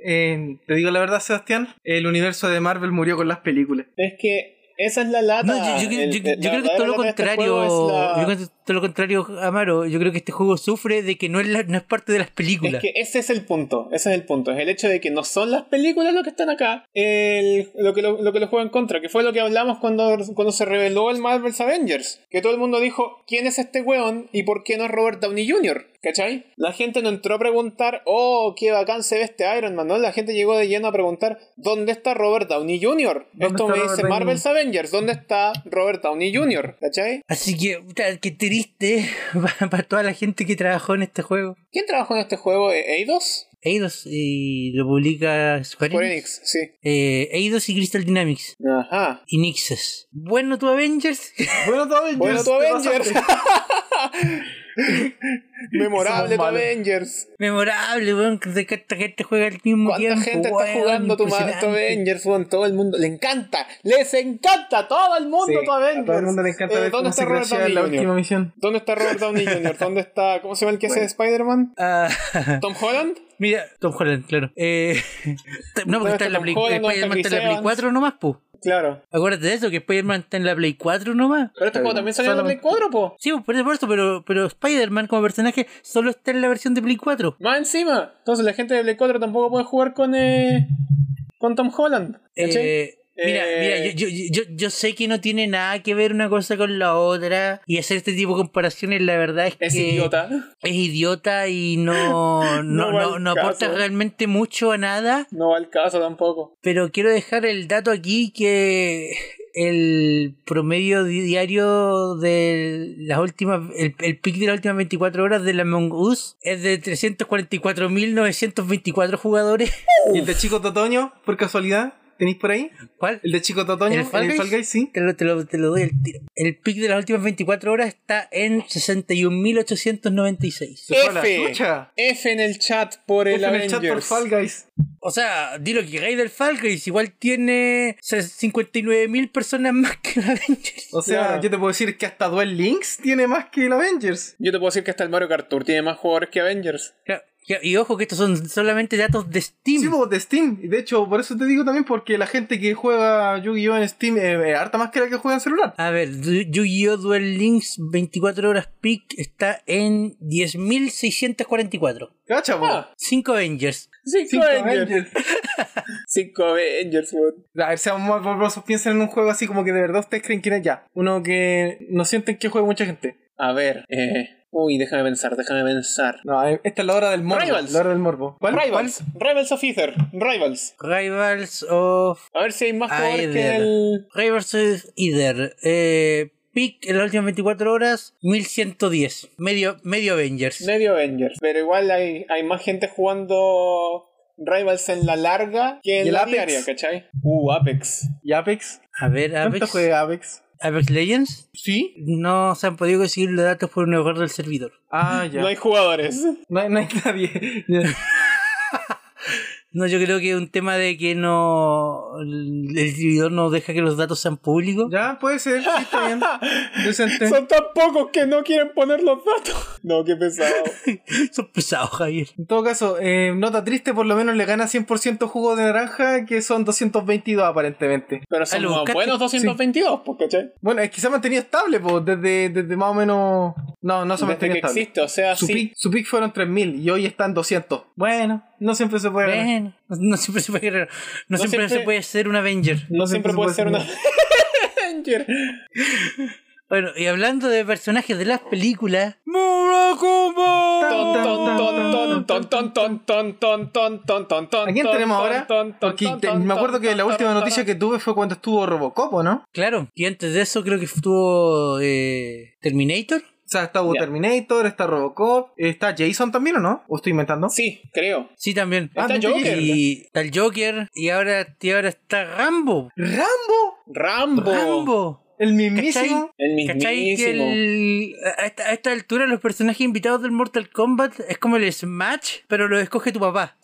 eh, te digo la verdad, Sebastián, el universo de Marvel murió con las películas. Es que esa es la lata. No, yo, yo- Ah, El- yo- la yo creo que verdadera todo lo lata de este contrario. juego es la- Yo creo que todo lo contrario, Amaro. Yo creo que este juego sufre de que no es, la- no es parte de las películas. Es que ese es el punto, ese es el punto, es el hecho de que no son las películas lo que están acá, el- lo, que lo, lo que lo juega en contra, que fue lo que hablamos cuando, cuando se reveló el Marvel's Avengers, que todo el mundo dijo, ¿quién es este weón y por qué no es Robert Downey Jr.? ¿Cachai? La gente no entró a preguntar, oh, qué bacán se ve este Iron Man, ¿no? La gente llegó de lleno a preguntar, ¿dónde está Robert Downey Jr.? Esto está me Robert dice Downey? Marvel's Avengers, ¿dónde está Robert Downey Jr.? ¿Cachai? Así que, puta, qué triste para toda la gente que trabajó en este juego. ¿Quién trabajó en este juego? ¿E- ¿Eidos? Eidos y lo publica Square Por Enix. Enix, sí. Eh, Eidos y Crystal Dynamics. Ajá. Y Nixes. Bueno, tu Avengers. Bueno, tu Avengers. Bueno, tu te Avengers. pasaste. Memorable tu malos. Avengers. Memorable, weón, que de que esta gente juega al mismo ¿Cuánta tiempo. gente está weón, jugando tu, ma- tu impresionante. Avengers? weón? todo el mundo. Le encanta. Les encanta a todo el mundo Sí, tu Avengers. a todo el mundo le encanta Eh, ver ¿Dónde cómo está se Robert crashea Downey en la última Jr.? misión. ¿Dónde está Robert Downey Jr.? ¿Dónde está. ¿Cómo se llama el que hace de Spider-Man? Ah, ¿Tom Holland? mira, Tom Holland, claro. Eh, no, porque está en la Tom Play, Holland, no está Spider-Man está en Chris la Play Evans. 4 nomás, po. Claro. Acuérdate de eso, que Spider-Man está en la Play 4 nomás. Pero este juego también salió en la Play Solamente- 4, po. Sí, por eso, por eso, pero, pero Spider-Man como personaje solo está en la versión de Play 4. Más encima. Entonces la gente de Play 4 tampoco puede jugar con. eh, con Tom Holland. ¿cachai? Eh, mira, Eh, mira, yo, yo, yo, yo- yo sé que no tiene nada que ver una cosa con la otra y hacer este tipo de comparaciones la verdad es, es que idiota. es idiota y no, no, No va no- al no aporta caso. realmente mucho a nada. No va al caso tampoco. Pero quiero dejar el dato aquí que el promedio di- diario de las últimas, el, el pic de las últimas 24 horas de la Among Us es de 344.924 jugadores. ¿Y el de Chico Totoño, por casualidad? ¿Tenéis por ahí? ¿Cuál? ¿El de Chico Totoño? ¿El Fall ¿En el Fall Guys? Guys? Sí. Te lo, te lo- te lo doy el tiro. El pic de las últimas 24 horas está en 61.896. Se fue a la F. chucha. F en el chat por el F en el Avengers. chat por Fall Guys. O sea, di lo que queráis del Falcons, igual tiene 59.000 personas más que la Avengers. O sea, Claro. yo te puedo decir que hasta Duel Links tiene más que el Avengers. Yo te puedo decir que hasta el Mario Kart Tour tiene más jugadores que Avengers. Claro, y- Y ojo que estos son solamente datos de Steam. Sí, po, de Steam. Y de hecho, por eso te digo también, porque la gente que juega Yu-Gi-Oh! en Steam eh, es harta más que la que juega en celular. A ver, Du- Yu-Gi-Oh! Duel Links 24 horas peak está en 10.644. Cacha, pues. po. Ah, Cinco Avengers. cinco, Cinco Avengers. Avengers. Cinco Avengers, weón. eh. A ver, seamos más volvosos, piensen en un juego así como que de verdad ustedes creen que es ya. Uno que no sienten que juega mucha gente. A ver, eh. Uy, déjame pensar, déjame pensar. No, eh, esta es la hora del morbo. Rivals. La hora del morbo. ¿Cuál? Rivals, Rivals of Ether, Rivals. Rivals of A ver si hay más Ay, jugadores que mierda. el. Rivals of Either. Eh, peak en las últimas 24 horas, 1110. Medio, medio Avengers. Medio Avengers. Pero igual hay, hay más gente jugando Rivals en la larga que ¿Y en el la Apex? diaria, ¿cachai? Uh, Apex. ¿Cuál? ¿Y Apex? A ver, ¿Cuánto Apex, juega Apex? Apex Legends. ¿Sí? No se han podido conseguir los datos por un error del servidor. Ah, ya. No hay jugadores. No hay, no hay nadie. Ya. No, yo creo que es un tema de que no. El el servidor no deja que los datos sean públicos. ya, puede ser. Sí, está bien. Decente. Son tan pocos que no quieren poner los datos. No, qué pesado. Son pesados, Javier. En todo caso, eh, nota triste, por lo menos le gana 100% jugo de naranja, que son 222 aparentemente. Pero Ah, son lo unos buscaste. buenos 222, pues, ¿cachai? Bueno, es que se ha mantenido estable, pues, desde, desde más o menos... No, no se Desde ha mantenido que estable. existe, o sea, Su sí. pick, su pick fueron 3.000 y hoy está en 200. Bueno, no siempre se puede ganar. Bueno, no, no siempre se puede creer. No, siempre, siempre- se puede ser un Avenger. No siempre puede ser una Avenger. Bueno, y hablando de personajes de las películas. Ton, ton, ton, ton, ton, ton, ton, ton, ton, ton, ton, ton, ¿A quién ton, tenemos ton, ahora? ton, ton, Porque ton, te- ton, me acuerdo ton, que la ton, última ton, noticia que tuve fue cuando estuvo Robocopo, ¿no? Claro, y antes de eso creo que estuvo eh, Terminator. O sea, está Ya. Terminator, está Robocop, está Jason también, ¿o no? ¿O estoy inventando? Sí, creo. Sí, también. Ah, Está ¿viste Joker. Y está el Joker. Y ahora, y ahora está Rambo. ¡Rambo! Rambo. Rambo. El mismísimo. El ¿Cachai? Que mismísimo. el- a, esta, a esta altura los personajes invitados del Mortal Kombat es como el Smash, pero lo escoge tu papá.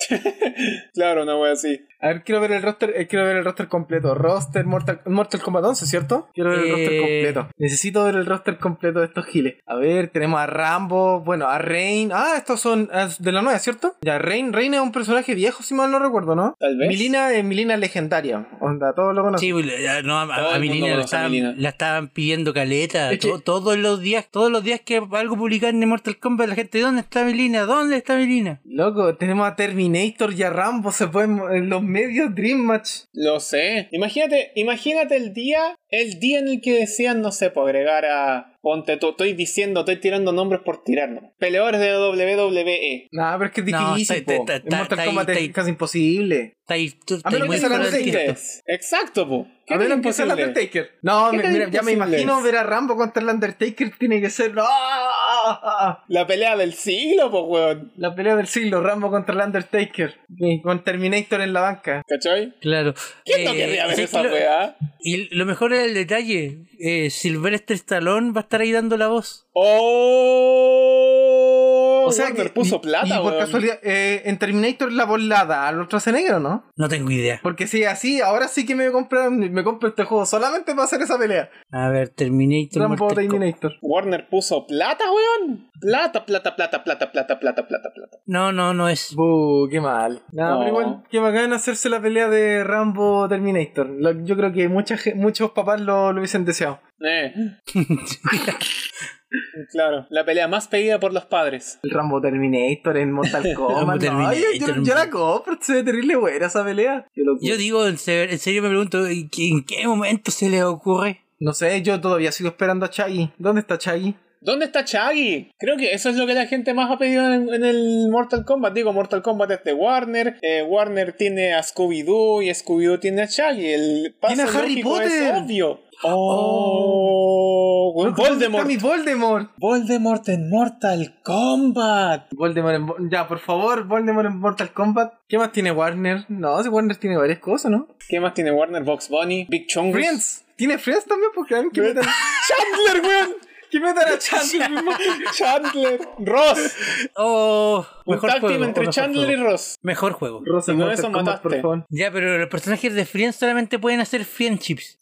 Claro, una wea así. A ver, quiero ver el roster, eh, quiero ver el roster completo. Roster Mortal, Mortal Kombat 11, ¿cierto? Quiero ver el Eh. roster completo. Necesito ver el roster completo de estos giles. A ver, tenemos a Rambo, bueno, a Rain. Ah, estos son ah, de la nueva, ¿cierto? Ya, Rain, Rain es un personaje viejo, si mal no recuerdo, ¿no? Tal vez. Milina es Milina legendaria. Onda, todos lo conocen. Sí, la- no, a, a- Todo el a mundo Milina la conoce a estaban, Milina. la estaban pidiendo caleta. Es que- To- todos los días, todos los días que algo publicaban en Mortal Kombat, la gente, ¿dónde está Milina? ¿Dónde está Milina? Loco, tenemos a Terminator y a Rambo, se pueden en los medios Dream Match. Lo sé. Imagínate, imagínate el día, el día en el que decían, no sé, pues agregar a. Ponte tú, estoy diciendo, estoy tirando nombres por tirarnos. Peleadores de E. WWE. Nah, pero es que es No, difícil, está- po. está- En está- Mortal está ahí, Kombat está es ahí. casi imposible. Está ahí, tú- está A ahí menos muy que sea la fuera del Undertaker. tiempo. Inglés. Exacto, po. ¿Qué A tan ver, empieza el imposible? Undertaker. No, ¿Qué mi- tan mira, ya me imposible imagino es? ver a Rambo contra el Undertaker tiene que ser. ¡Ah! La pelea del siglo, pues, weón. La pelea del siglo, Rambo contra el Undertaker. Y Con Terminator en la banca. ¿Cachai? Claro. ¿Quién no Eh, querría ver sí, esa lo- weá? Y lo mejor es el detalle. Eh, Sylvester Stallone va a estar ahí dando la voz. ¡Oh! O sea, Warner que- puso y- plata, y por weón. casualidad, eh, en Terminator la volada al otro negro, ¿no? No tengo idea. Porque si así, ahora sí que me compraron, me compro este juego solamente para hacer esa pelea. A ver, Terminator. Rambo Mortal Kombat. Terminator. Warner puso plata, weón. Plata, plata, plata, plata, plata, plata, plata, plata. No, no, no es. Buh, qué mal. No, No. pero igual, qué bacán hacerse la pelea de Rambo Terminator. Lo- yo creo que mucha, ge- muchos papás lo, lo hubiesen deseado. Eh, claro. La pelea más pedida por los padres. El Rambo Terminator en Mortal Rambo Kombat. no, yo, yo- Terminator. yo la compro, se ve terrible buena esa pelea. Yo lo- Yo digo, en ser- en serio me pregunto, ¿en qué- en qué momento se le ocurre? no sé, yo todavía sigo esperando a Chaggy. ¿Dónde está Chaggy? ¿Dónde está Chaggy? Creo que eso es lo que la gente más ha pedido en, en el Mortal Kombat. Digo, Mortal Kombat es de Warner. eh, Warner tiene a Scooby-Doo y Scooby-Doo tiene a Chaggy. El paso Tiene a Harry lógico es Potter. obvio. Oh, weón, Voldemort. ¿Dónde está mi Voldemort? Voldemort en Mortal Kombat. Voldemort en Vo- Ya, por favor, Voldemort en Mortal Kombat. ¿Qué más tiene Warner? No, si Warner tiene varias cosas, ¿no? ¿Qué más tiene Warner? Box Bunny, Big Chungus. Friends. ¿Tiene Friends también? Pues, Porque a mí que metan, Chandler, weón. que metan a Chandler mismo. Chandler, Ross. Oh, Un mejor tag juego. team entre mejor Chandler y juego. Ross. Mejor juego. Rosa, Y con Mortal eso Kombat, mataste. por favor. Ya, pero los personajes de Friends solamente pueden hacer friendships.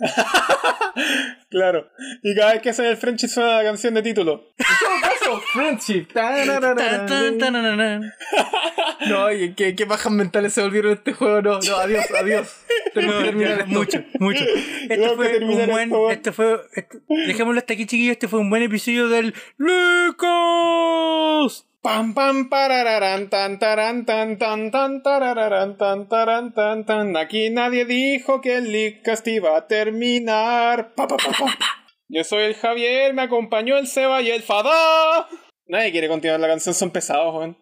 Claro. Y cada vez que hacen el Frenchie suena la canción de título. Friendship. Tan, tan, tan, tan, tan. No, oye, ¿qué, qué bajas mentales se volvieron en este juego. No, no, adiós, adiós. Tengo que terminar esto. Mucho, mucho. Esto Tengo que fue un terminar buen. esto. Este fue. este- dejémoslo hasta aquí, chiquillos. Este fue un buen episodio del. ¡Lucas! Pam pam parararán tan tarán tan tan tan tarararán tan tarán tan tan. Aquí nadie dijo que el Licast iba a terminar. Pa, pa, pa, pa. Yo soy el Javier, me acompañó el Seba y el Fada. Nadie quiere continuar la canción, son pesados, weón.